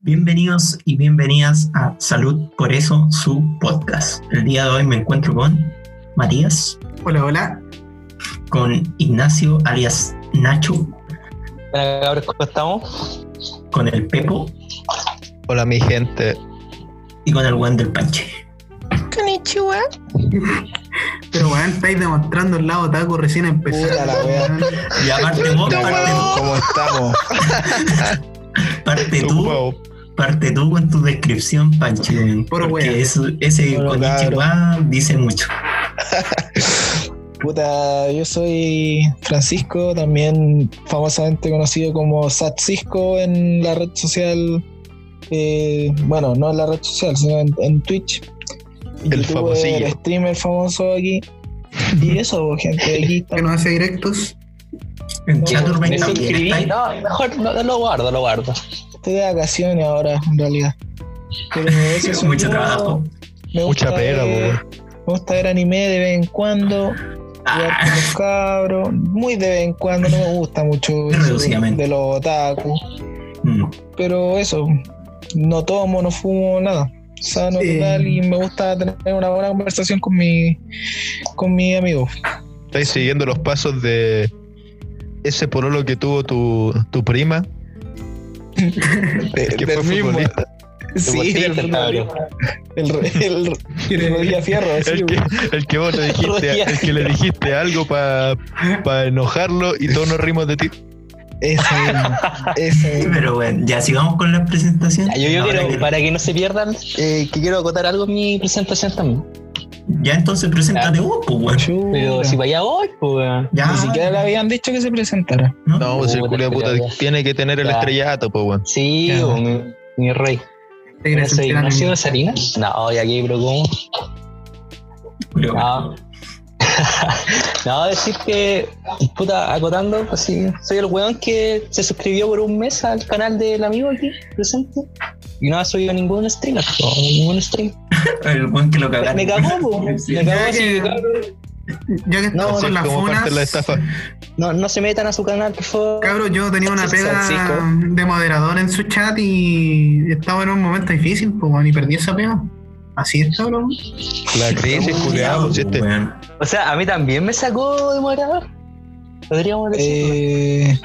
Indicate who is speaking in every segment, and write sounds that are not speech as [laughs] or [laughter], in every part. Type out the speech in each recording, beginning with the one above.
Speaker 1: Bienvenidos y bienvenidas a Salud por eso, su podcast. El día de hoy me encuentro con Matías,
Speaker 2: Hola, hola.
Speaker 1: con Ignacio alias Nacho,
Speaker 3: Bueno, cabros, ¿cómo estamos?
Speaker 1: con el Pepo
Speaker 4: Hola mi gente.
Speaker 1: y con el buen del Panche.
Speaker 2: Pero weón, estáis demostrando el lado taco recién empezó.
Speaker 4: Puta la wea.
Speaker 2: weón.
Speaker 1: Y aparte vos,
Speaker 4: Ya,
Speaker 1: parte,
Speaker 4: weón, ¿Cómo estamos?
Speaker 5: [laughs]
Speaker 1: parte
Speaker 4: Un
Speaker 1: tú,
Speaker 4: huevo.
Speaker 1: parte tú con tu descripción, Panche. weón,
Speaker 2: Puro
Speaker 1: Porque
Speaker 2: wea.
Speaker 1: eso- ese
Speaker 4: Puro
Speaker 1: con
Speaker 4: cabro.
Speaker 1: dice mucho.
Speaker 4: Puta, yo soy Francisco, también famosamente conocido como Satcisco en la red social. eh, bueno, no en la red social, sino en, en Twitch.
Speaker 5: El
Speaker 4: YouTuber,
Speaker 5: famosillo.
Speaker 4: streamer famoso aquí. Y eso, pues, gente, aquí
Speaker 2: Que
Speaker 4: estamos.
Speaker 2: nos hace directos.
Speaker 1: En
Speaker 4: Me
Speaker 1: Chatur
Speaker 3: Me
Speaker 1: también
Speaker 3: suscribí.
Speaker 1: está
Speaker 3: No, mejor no, lo guardo, lo guardo.
Speaker 4: Estoy de vacaciones ahora, en realidad.
Speaker 1: [laughs]
Speaker 4: Pero eso
Speaker 1: ahí.
Speaker 4: soy
Speaker 1: mucho
Speaker 4: yo.
Speaker 1: trabajo.
Speaker 4: Me
Speaker 5: Mucha
Speaker 4: gusta
Speaker 5: pega,
Speaker 4: ver- Me gusta ver anime de vez en cuando. jugar
Speaker 1: Ah,
Speaker 4: con los cabros, muy de vez en cuando, no me gusta mucho eso
Speaker 1: Reducidamente.
Speaker 4: de los otaku,
Speaker 1: mm.
Speaker 4: pero eso, no tomo, no fumo, nada. Sano
Speaker 2: Sí.
Speaker 4: total y me gusta tener una buena conversación con mi con mi amigo.
Speaker 5: Estáis siguiendo los pasos de ese porolo que tuvo tu, tu prima,
Speaker 4: De-
Speaker 5: que
Speaker 4: del
Speaker 5: fue
Speaker 4: mismo-
Speaker 5: futbolista.
Speaker 4: Sí,
Speaker 3: Futbolista,
Speaker 4: del mismo
Speaker 3: cabrón.
Speaker 4: amigo. el, el, el, Rodilla Fierro, sí,
Speaker 5: El que, el que vos le dijiste, el que le dijiste algo para enojarlo y todos nos rimos de ti.
Speaker 4: ese mismo, ese mismo.
Speaker 1: Pero bueno, ya sigamos con la presentación.
Speaker 3: Ya, Yo, yo
Speaker 1: Ahora
Speaker 3: quiero,
Speaker 1: que-
Speaker 3: para que no se pierdan, eh, que quiero acotar algo en mi presentación también.
Speaker 1: Ya entonces preséntate vos, pues bueno.
Speaker 4: Chuta. Ah,
Speaker 3: Pero si vaya hoy, pues. weón.
Speaker 1: Ya,
Speaker 4: Ni siquiera le habían dicho que se presentara.
Speaker 1: ¿no?
Speaker 5: No, pues el
Speaker 3: Puta,
Speaker 5: culiao puta
Speaker 3: pero-
Speaker 5: tiene que tener el
Speaker 3: Ya.
Speaker 5: estrellato, pues weón.
Speaker 3: Sí,
Speaker 2: Ya.
Speaker 3: weón, mi, mi rey.
Speaker 2: Te
Speaker 3: ¿No
Speaker 2: gracias,
Speaker 3: soy
Speaker 2: Tirano.
Speaker 3: Ignacio Salinas? No, ya aquí, pero ¿cómo?
Speaker 1: Pero
Speaker 3: No. no, decir que, puta, acotando, pues sí, soy el weón que se suscribió por un mes al canal del amigo aquí, presente, y no ha subido ningún streamer, po, ningún stream.
Speaker 1: el buen que lo cagaron.
Speaker 3: Me cagó, po,
Speaker 1: Sí.
Speaker 3: me cagó, sí, me cagó.
Speaker 2: Ya que
Speaker 3: No,
Speaker 2: estamos
Speaker 5: Así
Speaker 2: con
Speaker 5: es
Speaker 2: las
Speaker 5: como parte de la
Speaker 2: funas,
Speaker 5: estafa.
Speaker 3: No, no se metan a su canal, por favor.
Speaker 2: cabros, yo tenía una pega
Speaker 3: Francisco.
Speaker 2: de moderador en su chat y estaba en un momento difícil, pues, weón, y perdí esa pega. Así es, cabrón.
Speaker 5: La crisis, culiao, si este-
Speaker 1: Bueno,
Speaker 3: O sea, a mí también me sacó de moderador. Podríamos decirlo.
Speaker 4: Eh,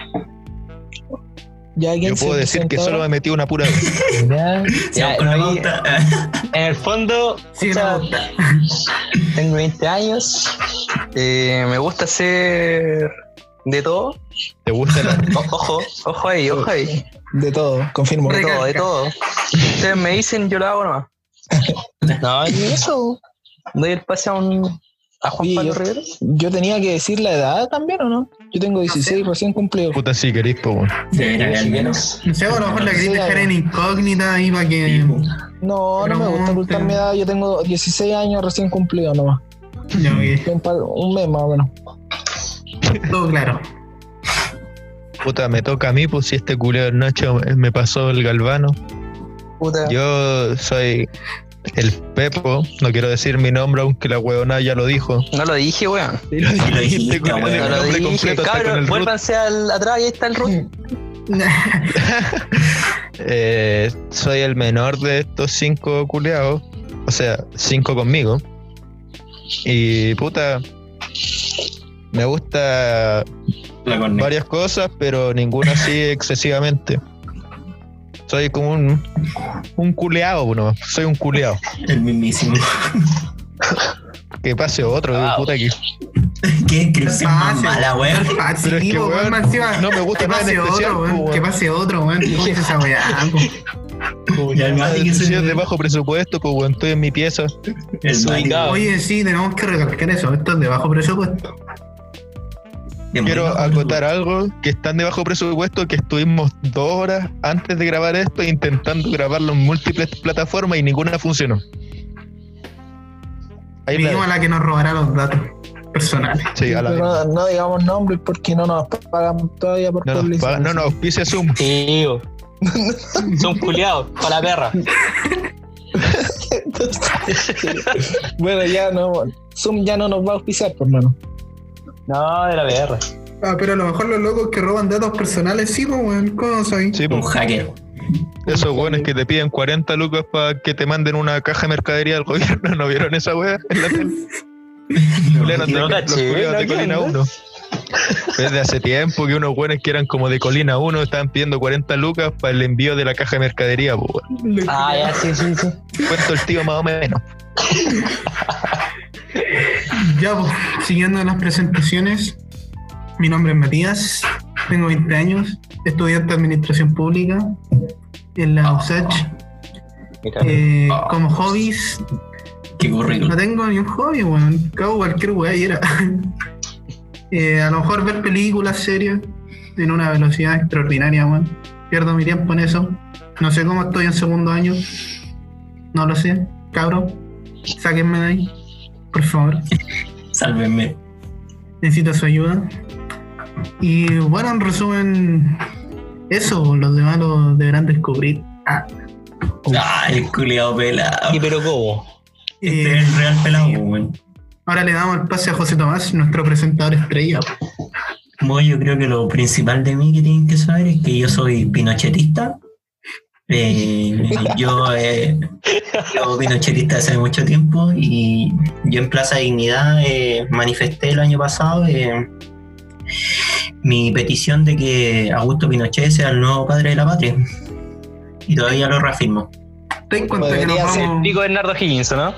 Speaker 4: ya alguien
Speaker 5: Yo
Speaker 4: se
Speaker 5: puedo decir que
Speaker 4: presentó?
Speaker 5: solo me metí una pura vez.
Speaker 3: [laughs] Ya, ya, eh,
Speaker 1: sigamos con la
Speaker 3: ahí,
Speaker 1: pauta. [laughs]
Speaker 3: en el fondo,
Speaker 2: Sí,
Speaker 3: puta,
Speaker 2: no, puta.
Speaker 3: Tengo 20 años. eh, me gusta hacer de todo.
Speaker 5: ¿Te gusta la.? [laughs]
Speaker 3: O- ojo, ojo ahí, ojo ahí.
Speaker 4: De todo, confirmo.
Speaker 3: De todo, de todo. Ustedes me dicen, yo lo hago nomás. [laughs] No, y eso. Doy el pase a un. a Juan
Speaker 4: Sí,
Speaker 3: Pablo
Speaker 4: yo-
Speaker 3: Rivero.
Speaker 4: Yo tenía que decir la edad también, ¿o no? Yo tengo 16 recién cumplido.
Speaker 5: Puta, sí, querís, pues weón.
Speaker 1: Debería haber menos.
Speaker 2: No sé, a lo mejor la quería
Speaker 4: Sí,
Speaker 2: dejar
Speaker 4: cabrón.
Speaker 2: en incógnita ahí para que.
Speaker 5: pues.
Speaker 4: No,
Speaker 2: Pero
Speaker 4: no me gusta
Speaker 2: no,
Speaker 4: ocultar
Speaker 2: pero-
Speaker 4: mi edad. Yo tengo 16 años recién cumplido nomás.
Speaker 2: Ya, ok.
Speaker 4: Un, par- un mes más o menos.
Speaker 2: Todo claro.
Speaker 5: Puta, me toca a mí, pues si este culiao del Nacho me pasó el galvano.
Speaker 3: Puta.
Speaker 5: Yo soy el Pepo, no quiero decir mi nombre aunque la huevona ya lo dijo. Este
Speaker 3: No lo dije, weón.
Speaker 5: [laughs]
Speaker 1: lo dijiste,
Speaker 5: con
Speaker 1: weón.
Speaker 5: el
Speaker 3: No lo
Speaker 5: nombre
Speaker 3: dije.
Speaker 5: completo, hasta con
Speaker 3: Cabrón,
Speaker 5: el root.
Speaker 3: vuélvanse al, atrás y ahí está el root.
Speaker 5: Eh, soy el menor de estos cinco culeados, o sea, cinco conmigo. Y puta, me gusta
Speaker 1: La corneta.
Speaker 5: varias cosas, pero ninguna así
Speaker 1: [laughs]
Speaker 5: excesivamente. Soy como un, un culeado, no, soy un culeado.
Speaker 1: El mismísimo. [laughs]
Speaker 5: Que pase otro,
Speaker 3: Wow.
Speaker 5: puta que
Speaker 1: Qué descripción más
Speaker 2: Pase.
Speaker 1: mala, weón.
Speaker 2: Así,
Speaker 5: Pero es que,
Speaker 2: po, weón, pues,
Speaker 5: weón,
Speaker 2: más encima,
Speaker 5: no me gusta
Speaker 2: que
Speaker 5: nada en
Speaker 2: pase
Speaker 5: especial,
Speaker 2: otro,
Speaker 5: po,
Speaker 2: weón,
Speaker 5: weón.
Speaker 2: que pase otro, weón. ¿Cómo dices esa weá, pues. po?
Speaker 1: Y el Mati que
Speaker 5: Si
Speaker 1: se-
Speaker 5: es de bajo presupuesto, pues weón, estoy en mi pieza.
Speaker 1: el Mati.
Speaker 3: Desubicado.
Speaker 2: Oye, sí, tenemos que recalcar eso. Esto es de bajo presupuesto.
Speaker 1: De
Speaker 5: Quiero
Speaker 1: muy bajo
Speaker 5: acotar algo que es tan de bajo presupuesto que estuvimos dos horas antes de grabar esto intentando grabarlo en múltiples plataformas y ninguna funcionó. Ahí la-
Speaker 2: Vinimos a la que nos robará los datos [laughs] personales.
Speaker 5: sí, a la- no,
Speaker 4: no, no digamos nombres porque no nos pagan todavía por
Speaker 5: nos
Speaker 4: publicidad.
Speaker 5: paga- no nos auspicia Zoom.
Speaker 3: Sí, weón. Son culiados, para la perra.
Speaker 4: [laughs] bueno, ya no. Zoom ya no nos va a auspiciar, por hermano.
Speaker 3: No, de la perra.
Speaker 2: Ah, pero a lo mejor los locos que roban datos personales sí, po, pues, weón. ¿Cómo soy?
Speaker 5: Sí,
Speaker 1: Un
Speaker 5: pues.
Speaker 1: hacker.
Speaker 5: Esos weones que te piden 40 lucas para que te manden una caja de mercadería del gobierno, [laughs] ¿no vieron esa wea? En la tele? Culearon de-
Speaker 3: no
Speaker 5: los
Speaker 3: caché,
Speaker 5: culiados de
Speaker 3: ¿no?
Speaker 5: Colina
Speaker 3: ¿Qué onda?
Speaker 5: 1. Desde Pues hace tiempo que unos weones que eran como de Colina 1 estaban pidiendo 40 lucas para el envío de la caja de mercadería, po, weón.
Speaker 3: Ah, ya, sí, sí, sí.
Speaker 5: Cuento el tío más o menos.
Speaker 2: Ya, pues, siguiendo las presentaciones, mi nombre es Matías, tengo 20 años, estudiante de Administración Pública en la USACH.
Speaker 3: Ah. Mira, Ah.
Speaker 2: Eh, como hobbies,
Speaker 1: Qué
Speaker 2: no
Speaker 1: currículum.
Speaker 2: tengo ni un hobby, weón. Cago cualquier weá y era. [laughs] Eh, a lo mejor ver películas series en una velocidad extraordinaria, weón. Pierdo mi tiempo en eso. No sé cómo estoy en segundo año. No lo sé, cabrón. Sáquenme de ahí, por favor.
Speaker 1: Sálvenme.
Speaker 2: necesita su ayuda. Y bueno, en resumen, eso, los demás lo deberán descubrir. Ah,
Speaker 1: Ah, el culiado pelado.
Speaker 3: ¿Y pero cómo?
Speaker 1: Este
Speaker 2: eh,
Speaker 1: es el real pelado, pues,
Speaker 2: sí.
Speaker 1: weón.
Speaker 2: ahora le damos el pase a José Tomás, nuestro presentador estrella.
Speaker 1: Bueno, yo creo que lo principal de mí que tienen que saber es que yo soy pinochetista. Eh, yo, eh, yo pinochetista hace mucho tiempo y yo en Plaza Dignidad eh, manifesté el año pasado eh, mi petición de que Augusto Pinochet sea el nuevo padre de la patria. Y todavía lo reafirmo.
Speaker 2: Ten en cuenta que nos
Speaker 4: Podría ser
Speaker 2: vamos.
Speaker 3: Pico de Nardo Higgins, ¿no?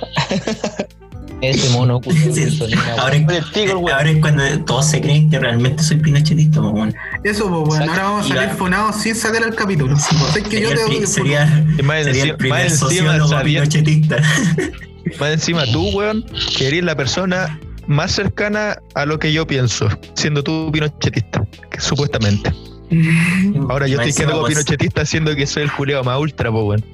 Speaker 4: Ese Este mono
Speaker 1: Sí. [laughs] Ahora, es-
Speaker 3: El pico, el weón.
Speaker 1: ahora es cuando todos se creen que realmente soy pinochetista, pues, bueno.
Speaker 2: Eso, pues bueno, ahora vamos a
Speaker 1: Mira.
Speaker 2: salir funados sin sacar el capítulo.
Speaker 1: Sí, pues,
Speaker 2: Así que yo
Speaker 1: sería, el pri-
Speaker 2: te
Speaker 1: sería-
Speaker 5: Y más
Speaker 1: sería
Speaker 5: encima,
Speaker 1: el primer
Speaker 5: más encima
Speaker 1: sociólogo
Speaker 5: sabía-
Speaker 1: pinochetista.
Speaker 5: más encima tú, weón, que eres la persona más cercana a lo que yo pienso, siendo tú pinochetista, que- supuestamente. Ahora yo
Speaker 1: Más
Speaker 5: estoy
Speaker 1: encima,
Speaker 5: siendo como
Speaker 1: pues,
Speaker 5: pinochetista siendo que soy el culiao más ultra, po, weón.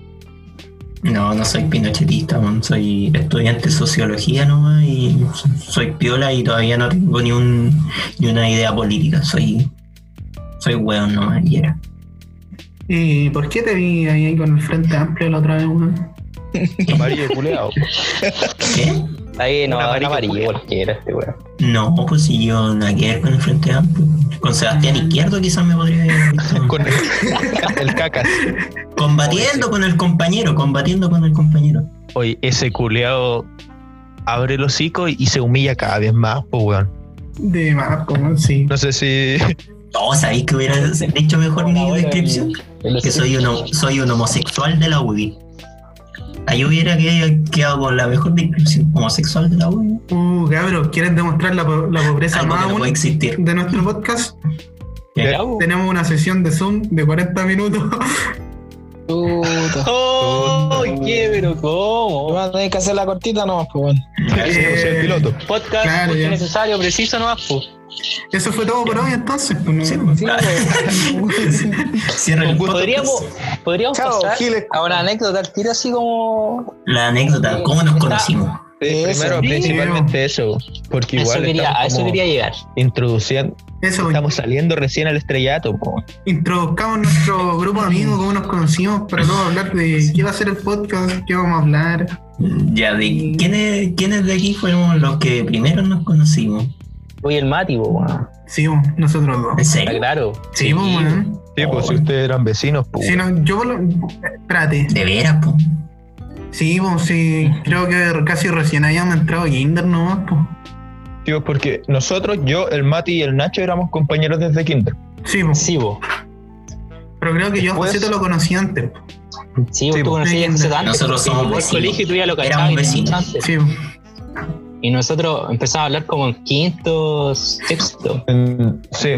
Speaker 1: No, no soy pinochetista, weón, soy estudiante de sociología nomás y soy piola y todavía no tengo ni, un, ni una idea política, soy soy weón nomás y era.
Speaker 2: [laughs] ¿Y por qué te vi ahí, ahí con el frente amplio la otra vez, weón?
Speaker 5: Amarillo culiao.
Speaker 1: ¿Qué?
Speaker 3: Ahí no,
Speaker 5: Un amarillo
Speaker 3: era amarillo
Speaker 5: culiao.
Speaker 3: cualquiera este weón.
Speaker 1: No, pues si yo nada que ver con el Frente Amplio. Con Sebastián Izquierdo quizás me podría haber visto.
Speaker 5: [laughs] [laughs] Con el, el cacas.
Speaker 1: Combatiendo con el compañero, combatiendo con el compañero.
Speaker 5: Oye, ese culeado abre el hocico y, y se humilla cada vez más, po, weón.
Speaker 2: De más, pues, weón, sí.
Speaker 5: No sé si. [laughs]
Speaker 3: Eh,
Speaker 1: No, sabéis que hubiera hecho mejor mi descripción. Que soy, uno, soy un homosexual de la UDI. Ahí hubiera que- quedado con la mejor descripción, homosexual de la UDI.
Speaker 2: Uh, cabros, ¿quieres demostrar la, po- la pobreza
Speaker 1: Algo
Speaker 2: más
Speaker 1: que no
Speaker 2: aún
Speaker 1: puede
Speaker 2: [laughs]
Speaker 1: existir.
Speaker 2: de nuestro podcast?
Speaker 3: Ya, weón.
Speaker 2: Tenemos una sesión de Zoom de 40 minutos. [laughs]
Speaker 3: ¡Oh! ¿Qué, pero cómo?
Speaker 4: Vamos a tener que hacer la cortita nomás, pues bueno.
Speaker 5: Ese no soy el piloto.
Speaker 3: Podcast
Speaker 2: Claro,
Speaker 3: justo
Speaker 2: ya.
Speaker 3: necesario, preciso nomás, po.
Speaker 2: Eso fue todo por hoy entonces. pues, ¿no?
Speaker 1: Sí, pues,
Speaker 4: Sí,
Speaker 1: claro.
Speaker 4: pues.
Speaker 1: [laughs] Cierra el podcast.
Speaker 3: Podríamos, podríamos
Speaker 4: Chao,
Speaker 3: pasar
Speaker 4: Giles.
Speaker 3: a una anécdota al tiro así como...
Speaker 1: La anécdota, ¿cómo nos conocimos?
Speaker 5: Eh,
Speaker 4: Eso.
Speaker 5: Primero,
Speaker 4: Sí.
Speaker 5: principalmente eso, porque
Speaker 3: a
Speaker 5: igual
Speaker 3: eso quería, a
Speaker 5: estamos
Speaker 3: eso
Speaker 5: como
Speaker 3: quería llegar.
Speaker 5: introduciendo,
Speaker 2: Eso,
Speaker 5: estamos saliendo recién al estrellato, po.
Speaker 2: introduzcamos nuestro grupo de amigos, cómo nos conocimos, para luego hablar de qué va a ser el podcast, qué vamos a hablar.
Speaker 1: Ya, de quiénes, quiénes de aquí fueron los que primero nos conocimos.
Speaker 3: Voy el Mati, po, weón.
Speaker 2: Sí, vos, nosotros
Speaker 1: En
Speaker 2: dos.
Speaker 3: Está
Speaker 1: serio. Oh,
Speaker 3: claro.
Speaker 2: Sí, vos, weón.
Speaker 5: Sí,
Speaker 1: po,
Speaker 5: pues
Speaker 1: si
Speaker 5: si ustedes eran vecinos, po.
Speaker 2: Sí, no, yo por lo. Espérate.
Speaker 1: De veras, pues. po.
Speaker 2: Sí, vos, sí. Creo que casi recién habíamos entrado a Kinder nomás, po.
Speaker 5: pues, porque nosotros, yo, el Mati y el Nacho éramos compañeros desde kinder.
Speaker 2: Sí, vos.
Speaker 3: Sí, po.
Speaker 2: Pero creo que yo a
Speaker 5: Después-
Speaker 2: José te lo conocí antes. po.
Speaker 3: Sí, vos
Speaker 5: Sí,
Speaker 3: tú
Speaker 5: po.
Speaker 3: conocías a José antes.
Speaker 1: Nosotros
Speaker 3: porque
Speaker 1: somos
Speaker 3: en el
Speaker 1: vecinos.
Speaker 3: colegio tú ya lo
Speaker 1: Éramos
Speaker 3: cachabas y
Speaker 1: vecinos.
Speaker 3: tenías antes.
Speaker 2: Sí, vos.
Speaker 3: Y nosotros empezamos a hablar como en quinto, sexto.
Speaker 5: Sí,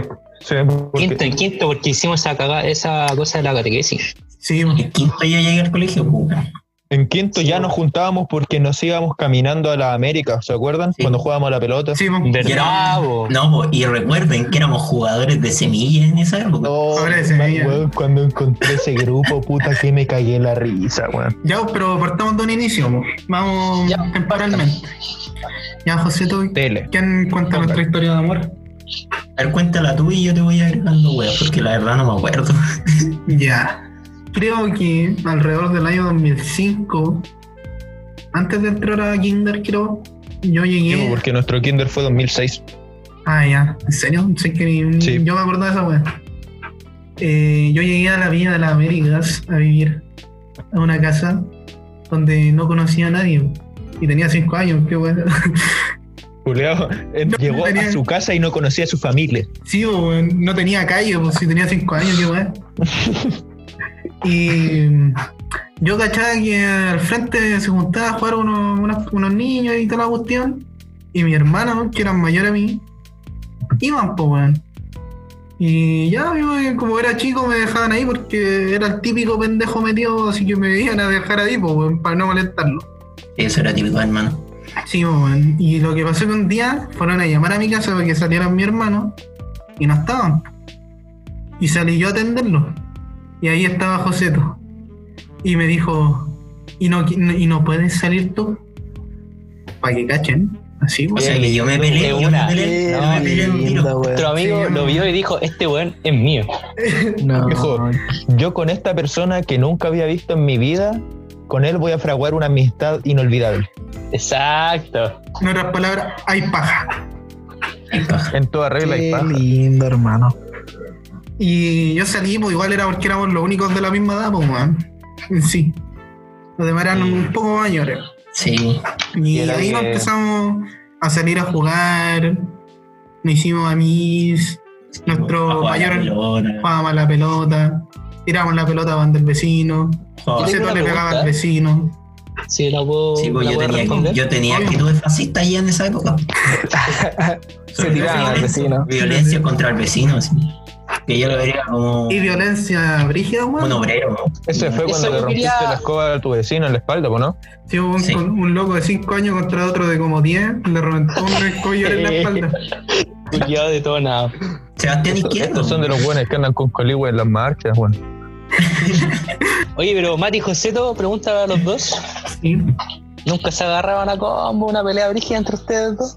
Speaker 5: sí. porque-
Speaker 3: Quinto, en quinto, porque hicimos esa cagada, esa cosa de la catequesis.
Speaker 2: Sí, vos.
Speaker 1: El quinto ya llegué al colegio, po.
Speaker 5: En quinto
Speaker 3: Sí,
Speaker 5: ya
Speaker 3: po.
Speaker 5: nos juntábamos porque nos íbamos caminando a la América, ¿se acuerdan?
Speaker 3: Sí.
Speaker 5: Cuando jugábamos a la pelota.
Speaker 2: Sí, vos.
Speaker 3: ¿Verdad, po?
Speaker 1: No, po, y recuerden que éramos jugadores de semillas en esa época.
Speaker 5: No,
Speaker 2: Ahora ese
Speaker 5: man,
Speaker 2: día.
Speaker 5: weón, cuando encontré ese grupo, puta que me cagué la risa, weón.
Speaker 2: Ya, vos, pero partamos de un inicio, vos. Vamos
Speaker 3: Ya,
Speaker 2: temporalmente. Ya, José, tú.
Speaker 5: Tele.
Speaker 2: ¿Quién cuenta nuestra historia de amor?
Speaker 1: A ver, cuéntala tú y yo te voy agregando, weón, porque la verdad no me acuerdo. [laughs]
Speaker 2: Ya. Creo que alrededor del año 2005, antes de entrar a Kinder, creo, yo
Speaker 5: Sí, po,
Speaker 2: llegué.
Speaker 5: Porque nuestro kinder fue 2006.
Speaker 2: Ah, ya. ¿En serio? Sé que ni-
Speaker 5: Sí.
Speaker 2: Yo me acuerdo de esa wea. eh, yo llegué a la Villa de las Américas a vivir a una casa donde no conocía a nadie y tenía cinco años, qué bueno.
Speaker 5: Juliao eh,
Speaker 2: No,
Speaker 5: llegó
Speaker 2: tenía-
Speaker 5: a su casa y no conocía a su familia.
Speaker 2: Sí, po, weón, no tenía calle, pues si tenía 5 años, qué weón. Y mm, yo cachaba que al frente se juntaban a jugar unos, unos- unos niños y toda la cuestión. Y mi hermano, que era mayor a mí, iban, pues, weón. Y ya, yo, eh, como era chico, me dejaban ahí porque era el típico pendejo metido, así que me iban a dejar ahí, pues, weón, para no molestarlo.
Speaker 1: Eso era típico, hermano.
Speaker 2: Sí, weón. Y lo que pasó que un día fueron a llamar a mi casa para que salieran mi hermano y no estaban. Y salí yo a atenderlo. Y ahí estaba Joseto. Y me dijo, ¿y no, y no puedes salir tú? Para que cachen. Así,
Speaker 1: O
Speaker 2: weón.
Speaker 1: sea que yo me peleé, yo me
Speaker 3: Una.
Speaker 1: peleé, yo me peleé un tiro.
Speaker 3: Nuestro amigo
Speaker 2: Sí,
Speaker 3: lo vio y dijo, este weón es mío.
Speaker 4: No,
Speaker 5: Viejo. Yo con esta persona que nunca había visto en mi vida, con él voy a fraguar una amistad inolvidable.
Speaker 3: Exacto.
Speaker 2: En otras palabras, hay paja.
Speaker 1: Ay, paja.
Speaker 5: En toda regla y
Speaker 4: qué
Speaker 5: paja.
Speaker 4: lindo, hermano.
Speaker 2: Y yo salí, pues igual era porque éramos los únicos de la misma edad, pues, weón. En Sí. Los demás eran un poco mayores.
Speaker 1: Sí,
Speaker 2: Y
Speaker 3: Y era
Speaker 2: ahí nos
Speaker 3: que-
Speaker 2: empezamos a salir a jugar, nos hicimos amigos,
Speaker 1: a jugar
Speaker 2: nuestro
Speaker 1: a la
Speaker 2: mayor
Speaker 1: pelota,
Speaker 2: jugábamos a la pelota, tirábamos la pelota cuando el vecino,
Speaker 1: jugaba-
Speaker 3: Sí,
Speaker 2: Joseto
Speaker 3: una
Speaker 2: le pegaba
Speaker 3: pregunta.
Speaker 2: al vecino.
Speaker 3: Sí, la puedo,
Speaker 1: Sí, pues
Speaker 3: la
Speaker 1: yo
Speaker 3: puedo
Speaker 1: tenía,
Speaker 3: responder.
Speaker 1: yo tenía actitudes fascistas ya en esa época.
Speaker 4: Se tiraban al vecino.
Speaker 1: Violencia contra el vecino, sí. Que yo lo vería como
Speaker 2: Y violencia brígida, weón.
Speaker 1: un obrero. ¿no?
Speaker 5: Ese fue
Speaker 3: Eso
Speaker 5: cuando
Speaker 3: yo
Speaker 5: le rompiste
Speaker 3: quería-
Speaker 5: la escoba a tu vecino en la espalda, ¿po ¿no?
Speaker 2: Sí, hubo un,
Speaker 1: Sí.
Speaker 2: con un loco de 5 años contra otro de como 10, le reventó un
Speaker 3: [laughs]
Speaker 2: escollar en la espalda.
Speaker 3: Culiao de todo nada.
Speaker 1: Sebastián Izquierdo.
Speaker 5: Estos son de los buenos que andan con coligüe en las marchas, bueno.
Speaker 3: Oye, pero Mati y Joseto, pregunta a los dos.
Speaker 2: Sí.
Speaker 3: ¿Nunca se agarraban a combo una pelea brígida entre ustedes dos?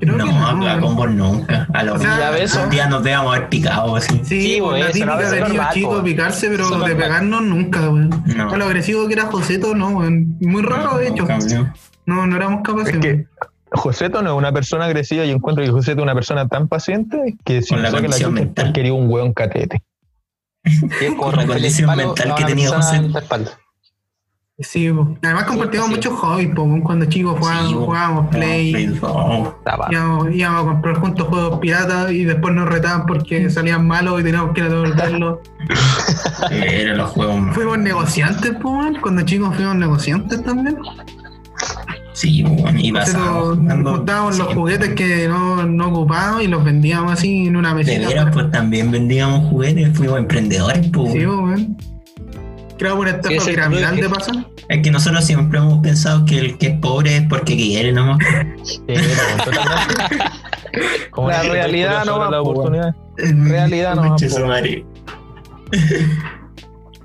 Speaker 2: Creo que
Speaker 1: No,
Speaker 2: no,
Speaker 1: a
Speaker 2: weón.
Speaker 1: combos nunca. A los
Speaker 2: O sea,
Speaker 1: días,
Speaker 3: Ya ves,
Speaker 1: un día nos debíamos haber picado así.
Speaker 2: Sí,
Speaker 3: Sí,
Speaker 2: pues,
Speaker 3: weón,
Speaker 2: la
Speaker 3: eso no,
Speaker 2: típica
Speaker 3: eso
Speaker 2: de
Speaker 3: es
Speaker 2: niño
Speaker 3: normal,
Speaker 2: chico
Speaker 3: weón.
Speaker 2: picarse, pero
Speaker 3: Eso es
Speaker 2: de
Speaker 3: normal.
Speaker 2: pegarnos nunca, weón.
Speaker 1: No.
Speaker 2: A lo agresivo que era Joseto, no, weón. Muy raro, de hecho.
Speaker 1: No, cambió.
Speaker 2: No, no éramos capaces.
Speaker 5: Es que Joseto no es una persona agresiva. Yo encuentro que Joseto es una persona tan paciente que si
Speaker 1: Con la
Speaker 5: saca
Speaker 1: condición
Speaker 5: chucha,
Speaker 1: mental.
Speaker 5: quería un hueón catete.
Speaker 3: Que es como
Speaker 1: Con la
Speaker 3: romperle el
Speaker 1: condición
Speaker 3: palo
Speaker 1: mental
Speaker 3: a
Speaker 1: que
Speaker 3: una
Speaker 1: tenía
Speaker 3: persona
Speaker 1: José.
Speaker 3: en la espalda.
Speaker 2: Sí, po. además compartíamos
Speaker 3: Sí.
Speaker 2: muchos hobbies, po, weón. cuando chicos jugábamos,
Speaker 1: Sí, po.
Speaker 2: jugábamos play,
Speaker 1: No,
Speaker 3: Tapa.
Speaker 2: íbamos, íbamos a comprar juntos juegos piratas y después nos retaban porque salían malos y teníamos que ir a devolverlos.
Speaker 1: Eran los juegos más.
Speaker 2: fuimos negociantes, po, weón. cuando chicos fuimos negociantes también.
Speaker 1: Sí, bueno, y
Speaker 2: Entonces,
Speaker 1: pasábamos.
Speaker 2: nos
Speaker 1: jugando
Speaker 2: juntábamos los
Speaker 1: siempre.
Speaker 2: juguetes que no, no ocupábamos y los vendíamos así en una
Speaker 1: De
Speaker 2: mesita.
Speaker 1: veras, pues también vendíamos juguetes, fuimos emprendedores, pues.
Speaker 2: Sí, po, weón. Creamos una
Speaker 3: Sí,
Speaker 2: estafa
Speaker 3: ese
Speaker 2: piramidal
Speaker 3: club
Speaker 2: de
Speaker 3: que-
Speaker 2: paso.
Speaker 1: Es que nosotros siempre hemos pensado que el que es pobre es porque quiere nomás.
Speaker 4: [laughs]
Speaker 5: Como
Speaker 4: La
Speaker 5: no,
Speaker 4: realidad
Speaker 5: sobre
Speaker 4: no va,
Speaker 5: la
Speaker 4: pues,
Speaker 5: oportunidad.
Speaker 4: Realidad nomás,
Speaker 1: Conche
Speaker 4: po.
Speaker 1: su madre.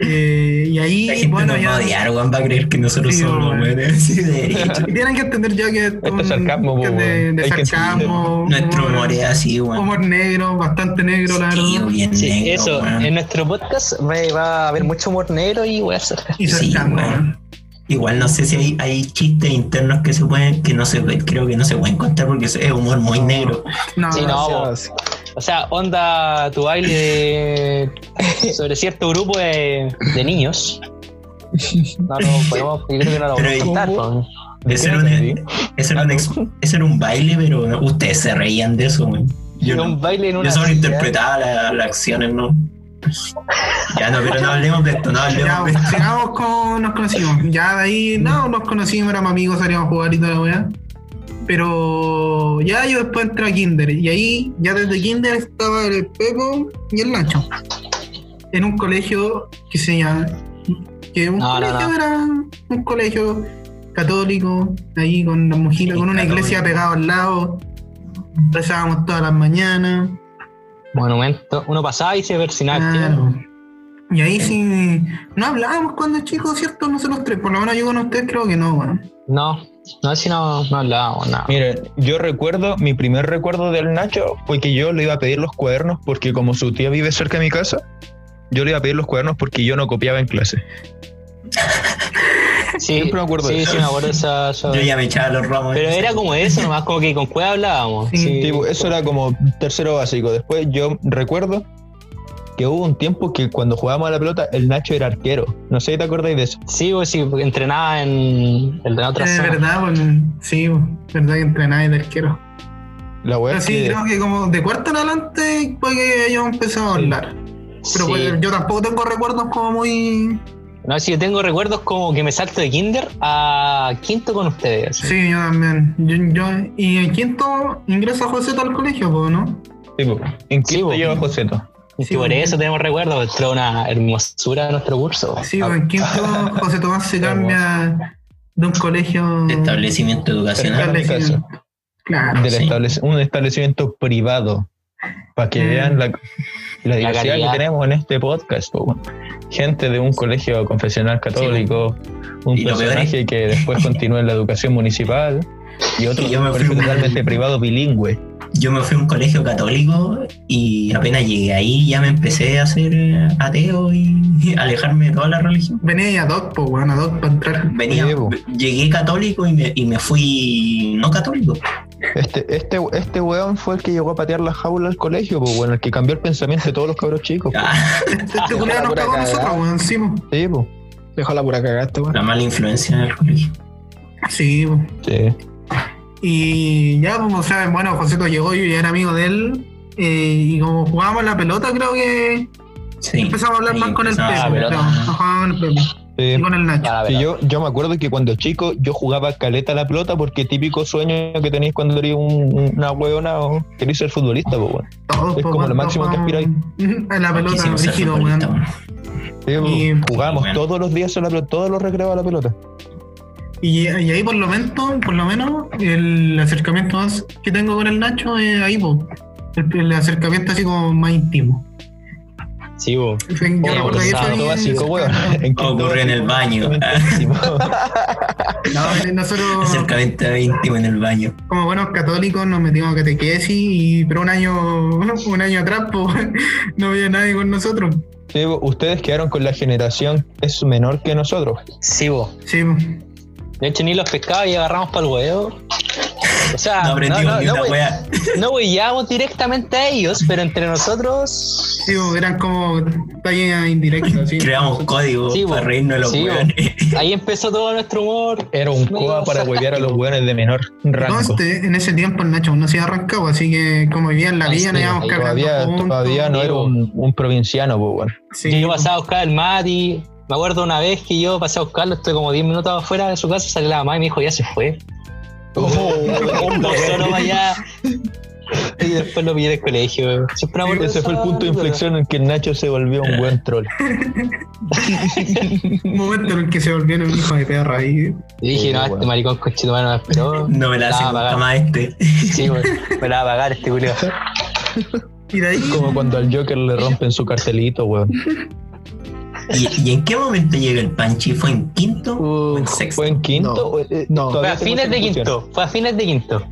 Speaker 2: Eh, y
Speaker 1: La
Speaker 2: ahí,
Speaker 1: gente
Speaker 2: bueno,
Speaker 1: nos va a
Speaker 2: ya.
Speaker 1: odiar, Juan va a creer que nosotros
Speaker 2: Sí,
Speaker 1: somos
Speaker 2: weón.
Speaker 1: buenos,
Speaker 2: [laughs]
Speaker 1: así de
Speaker 5: [laughs]
Speaker 1: derecho.
Speaker 2: Y tienen que entender ya que
Speaker 5: es
Speaker 2: un-
Speaker 5: Este sarcasmo, po,
Speaker 2: que de,
Speaker 5: weón.
Speaker 2: de
Speaker 5: Hay que
Speaker 2: sarcasmo.
Speaker 1: Nuestro
Speaker 2: humor-
Speaker 1: humor es así, weón.
Speaker 2: Humor negro, bastante negro, la
Speaker 1: Sí,
Speaker 2: verdad.
Speaker 1: bien
Speaker 3: Sí,
Speaker 1: negro,
Speaker 3: eso.
Speaker 1: weón.
Speaker 3: En nuestro podcast va va a haber mucho humor negro y voy a hacer.
Speaker 2: Y
Speaker 1: pues, Sí,
Speaker 2: cercano.
Speaker 1: weón. Igual no sé si hay, hay chistes internos que se pueden, que no se creo que no se pueden contar porque es humor muy negro.
Speaker 2: No,
Speaker 3: Sí, no.
Speaker 4: Demasiado
Speaker 3: vos.
Speaker 4: así.
Speaker 3: O sea, onda tu baile de- sobre cierto grupo de, de niños. No lo podemos, yo creo que no lo
Speaker 1: Pero, ¿y
Speaker 3: podemos contar. pues. po.
Speaker 1: Ese era, un, ese era un ex- ese era un baile, pero no- ustedes se reían de eso, weón. Yo,
Speaker 3: Era
Speaker 1: no.
Speaker 3: un baile en
Speaker 1: Yo
Speaker 3: una.
Speaker 1: solo
Speaker 3: silla.
Speaker 1: interpretaba la- las acciones, ¿no? Ya no, pero no hablemos de esto, no
Speaker 2: Ya,
Speaker 1: hablemos de
Speaker 2: pues,
Speaker 1: esto.
Speaker 2: sigamos con nos conocimos. Ya de ahí, no, nos conocimos, éramos amigos, salíamos a jugar y toda la weá. Pero ya yo después entré a Kinder. Y ahí, ya desde Kinder estaba el Pepo y el Nacho. En un colegio que se llama. Que un
Speaker 3: No, no,
Speaker 2: colegio
Speaker 3: no.
Speaker 2: era un colegio católico, ahí con las mujitas,
Speaker 1: Sí,
Speaker 2: con una
Speaker 1: católico.
Speaker 2: iglesia pegada al lado. Rezábamos todas las mañanas.
Speaker 3: Monumento. Uno pasaba y se
Speaker 2: Ah.
Speaker 3: versinaba.
Speaker 2: Claro. Y ahí sí. No hablábamos cuando chicos, ¿cierto? Nosotros tres. Por lo menos yo con ustedes creo que no, weón.
Speaker 3: No, no si no, no hablábamos nada.
Speaker 5: Miren, yo recuerdo, mi primer recuerdo del Nacho fue que yo le iba a pedir los cuadernos porque como su tía vive cerca de mi casa, yo le iba a pedir los cuadernos porque yo no copiaba en clase.
Speaker 3: Sí,
Speaker 5: Siempre me acuerdo
Speaker 3: sí,
Speaker 5: de eso.
Speaker 3: Sí, me acuerdo de esa. esa-
Speaker 1: Yo ya me echaba los ramos.
Speaker 3: Pero era como eso, nomás como que con cueva hablábamos.
Speaker 2: Sí.
Speaker 3: Sí.
Speaker 5: Tipo, eso era como tercero básico. Después yo recuerdo que hubo un tiempo que cuando jugábamos a la pelota, el Nacho era arquero. No sé si te acordáis de eso.
Speaker 3: Sí, pues sí, porque entrenaba en, en la otra
Speaker 2: Es
Speaker 3: zona.
Speaker 2: Eh, verdad, weón. sí, weón. verdad que entrenáis de arquero.
Speaker 5: La
Speaker 2: Pero
Speaker 5: weá es
Speaker 2: Ah, sí,
Speaker 5: Pues que-
Speaker 2: creo que como de cuarto en adelante fue que yo empecé a hablar. Pero
Speaker 3: Sí.
Speaker 2: pues, yo tampoco tengo recuerdos como muy...
Speaker 3: No, si yo tengo recuerdos como que me salto de kinder a quinto con ustedes. así.
Speaker 2: Sí, yo también. Yo, yo- y en quinto ingresa José al colegio, pues, ¿no?
Speaker 5: Sí, po. en
Speaker 3: Sí,
Speaker 5: quinto
Speaker 3: po.
Speaker 5: lleva Joseto.
Speaker 3: Y
Speaker 2: Sí,
Speaker 3: por
Speaker 2: porque-
Speaker 3: eso tenemos recuerdos, esto es una hermosura de nuestro curso.
Speaker 2: Sí, pues, en quinto José Tomás se cambia de un colegio...
Speaker 1: de establecimiento educacional.
Speaker 5: Perfecto.
Speaker 2: establecido. Claro.
Speaker 5: Del
Speaker 1: sí.
Speaker 5: establec- un establecimiento privado. Para que
Speaker 2: Mm.
Speaker 5: vean la, la diversidad
Speaker 3: calidad.
Speaker 5: que tenemos en este podcast. po. Gente de un colegio confesional católico, un
Speaker 1: Y lo peor
Speaker 5: personaje que
Speaker 1: [laughs]
Speaker 5: después continúa en la educación municipal y otro
Speaker 1: Y
Speaker 5: de
Speaker 1: yo
Speaker 5: un
Speaker 1: me fui
Speaker 5: colegio
Speaker 1: un-
Speaker 5: totalmente privado bilingüe.
Speaker 1: Yo me fui a un colegio católico y apenas llegué ahí ya me empecé a hacer eh, ateo y [laughs] alejarme de toda la religión.
Speaker 2: Venía ahí a Doc, pues, bueno, a Doc para entrar.
Speaker 1: Venía,
Speaker 5: Sí, po.
Speaker 1: llegué católico y me, y me fui no católico.
Speaker 5: Este, este, este weón fue el que llegó a patear la jaula al colegio, po, bueno, el que cambió el pensamiento de todos los cabros chicos. po.
Speaker 1: Ah,
Speaker 2: Este culiado nos
Speaker 4: pura
Speaker 2: cagó a nosotros,
Speaker 4: cagada.
Speaker 2: weón, encima.
Speaker 5: Sí, po.
Speaker 4: Dejó la pura cagada este weón.
Speaker 1: la mala influencia en el colegio.
Speaker 2: Sí, pues.
Speaker 5: Sí.
Speaker 2: Y ya, como saben, bueno, Joseto llegó, yo ya era amigo de él. eh, y como jugábamos la pelota, creo que
Speaker 1: Sí.
Speaker 2: empezamos a hablar
Speaker 1: Ahí
Speaker 2: más con el Pepe.
Speaker 1: empezaba-
Speaker 3: Ah,
Speaker 2: creo.
Speaker 3: pelota.
Speaker 2: Nos jugábamos con el Pepe
Speaker 5: Sí.
Speaker 2: y con el Nacho.
Speaker 3: Ah, la
Speaker 5: Sí,
Speaker 3: verdad.
Speaker 5: yo, yo me acuerdo que cuando chico yo jugaba caleta a la pelota porque típico sueño que tenéis cuando eres un- una hueona o querés ser futbolista, pues bueno.
Speaker 2: Todos,
Speaker 5: es
Speaker 2: po,
Speaker 5: como lo
Speaker 2: todos
Speaker 5: máximo que
Speaker 2: jugábamos A la pelota,
Speaker 1: Quisimos ser
Speaker 2: rígido,
Speaker 1: futbolista,
Speaker 2: weón.
Speaker 1: bueno.
Speaker 5: Sí,
Speaker 2: Y-
Speaker 5: pues, jugábamos
Speaker 1: Bueno.
Speaker 5: todos los días a la pelota, todos los recreos a la pelota.
Speaker 2: Y, y ahí, por lo menos, por lo menos, el acercamiento más que tengo con el Nacho es ahí, po. El, el acercamiento así como más íntimo.
Speaker 3: Sí, bo.
Speaker 2: En fin, Yo
Speaker 3: Oh,
Speaker 2: recuerdo que eso
Speaker 3: sábado
Speaker 2: ahí-
Speaker 5: básico,
Speaker 2: [laughs]
Speaker 5: weón. En quinto
Speaker 1: Ocurrió en el baño. Ah,
Speaker 5: básico.
Speaker 2: No, eh, nosotros,
Speaker 1: Acercamiento íntimo en el baño.
Speaker 2: como buenos católicos, nos metimos a catequesis, y, pero un año, [laughs] un año atrás, po, [laughs] no había nadie con nosotros.
Speaker 5: Sí, pues, ustedes quedaron con la generación es menor que nosotros.
Speaker 3: Sí, bo.
Speaker 2: Sí, pues, po.
Speaker 3: De hecho, ni los pescados y agarramos para el huevo. O sea,
Speaker 1: No
Speaker 3: no,
Speaker 1: aprendimos
Speaker 3: Ah, no,
Speaker 1: ni
Speaker 3: no, pues.
Speaker 1: una
Speaker 3: güey,
Speaker 1: wea.
Speaker 3: no huellamos directamente a ellos, pero entre nosotros.
Speaker 2: Sí, bo, eran como tallas indirectas, sí.
Speaker 1: Creamos códigos
Speaker 3: Sí,
Speaker 1: para
Speaker 3: bo.
Speaker 1: reírnos de los
Speaker 3: Sí, bo.
Speaker 1: weones. [laughs]
Speaker 3: Ahí empezó todo nuestro humor.
Speaker 5: Era un
Speaker 3: No,
Speaker 5: coa para
Speaker 3: sarcástico.
Speaker 5: huevear a los hueones de menor rango.
Speaker 2: Entonces, este, en ese tiempo el Nacho no se arrancaba, así que como vivía en la
Speaker 3: Así
Speaker 2: villa, nos
Speaker 3: es,
Speaker 2: íbamos
Speaker 3: ahí
Speaker 2: cargando
Speaker 5: Todavía,
Speaker 2: juntos.
Speaker 5: todavía no era un, un provinciano, pues bueno.
Speaker 2: Sí,
Speaker 3: yo
Speaker 2: po.
Speaker 3: pasaba a buscar al Mati. Me acuerdo una vez que yo pasé a buscarlo, estuve como 10 minutos afuera de su casa, salió la mamá y me dijo, ya se fue. Oh,
Speaker 5: Oh.
Speaker 3: Pasó nomás ya. Y después lo pillé del colegio. Siempre me acuerdo de
Speaker 5: Ese fue el
Speaker 3: esa
Speaker 5: punto
Speaker 3: anécdota.
Speaker 5: de inflexión en que Nacho se volvió un buen troll.
Speaker 2: un momento en el que se volvieron un hijo de perra ahí.
Speaker 3: Y dije, no,
Speaker 5: Sí,
Speaker 3: este
Speaker 5: bueno.
Speaker 3: maricón cochito no me esperó.
Speaker 1: No me la hace
Speaker 3: va a
Speaker 1: nunca
Speaker 3: pagar.
Speaker 1: más este.
Speaker 3: Sí, bueno, me la va a pagar este culiao.
Speaker 2: Y de ahí,
Speaker 5: Como cuando al Joker le rompen su cartelito, weón.
Speaker 1: ¿Y, y en qué momento llega el Panchi? ¿Fue en quinto o en sexto?
Speaker 5: Uh, ¿Fue en quinto?
Speaker 4: No.
Speaker 5: o- eh,
Speaker 4: No.
Speaker 3: Fue
Speaker 5: todavía
Speaker 3: a
Speaker 5: tengo
Speaker 3: fines
Speaker 5: esa
Speaker 3: de
Speaker 5: confusión.
Speaker 3: quinto. Fue a fines de quinto.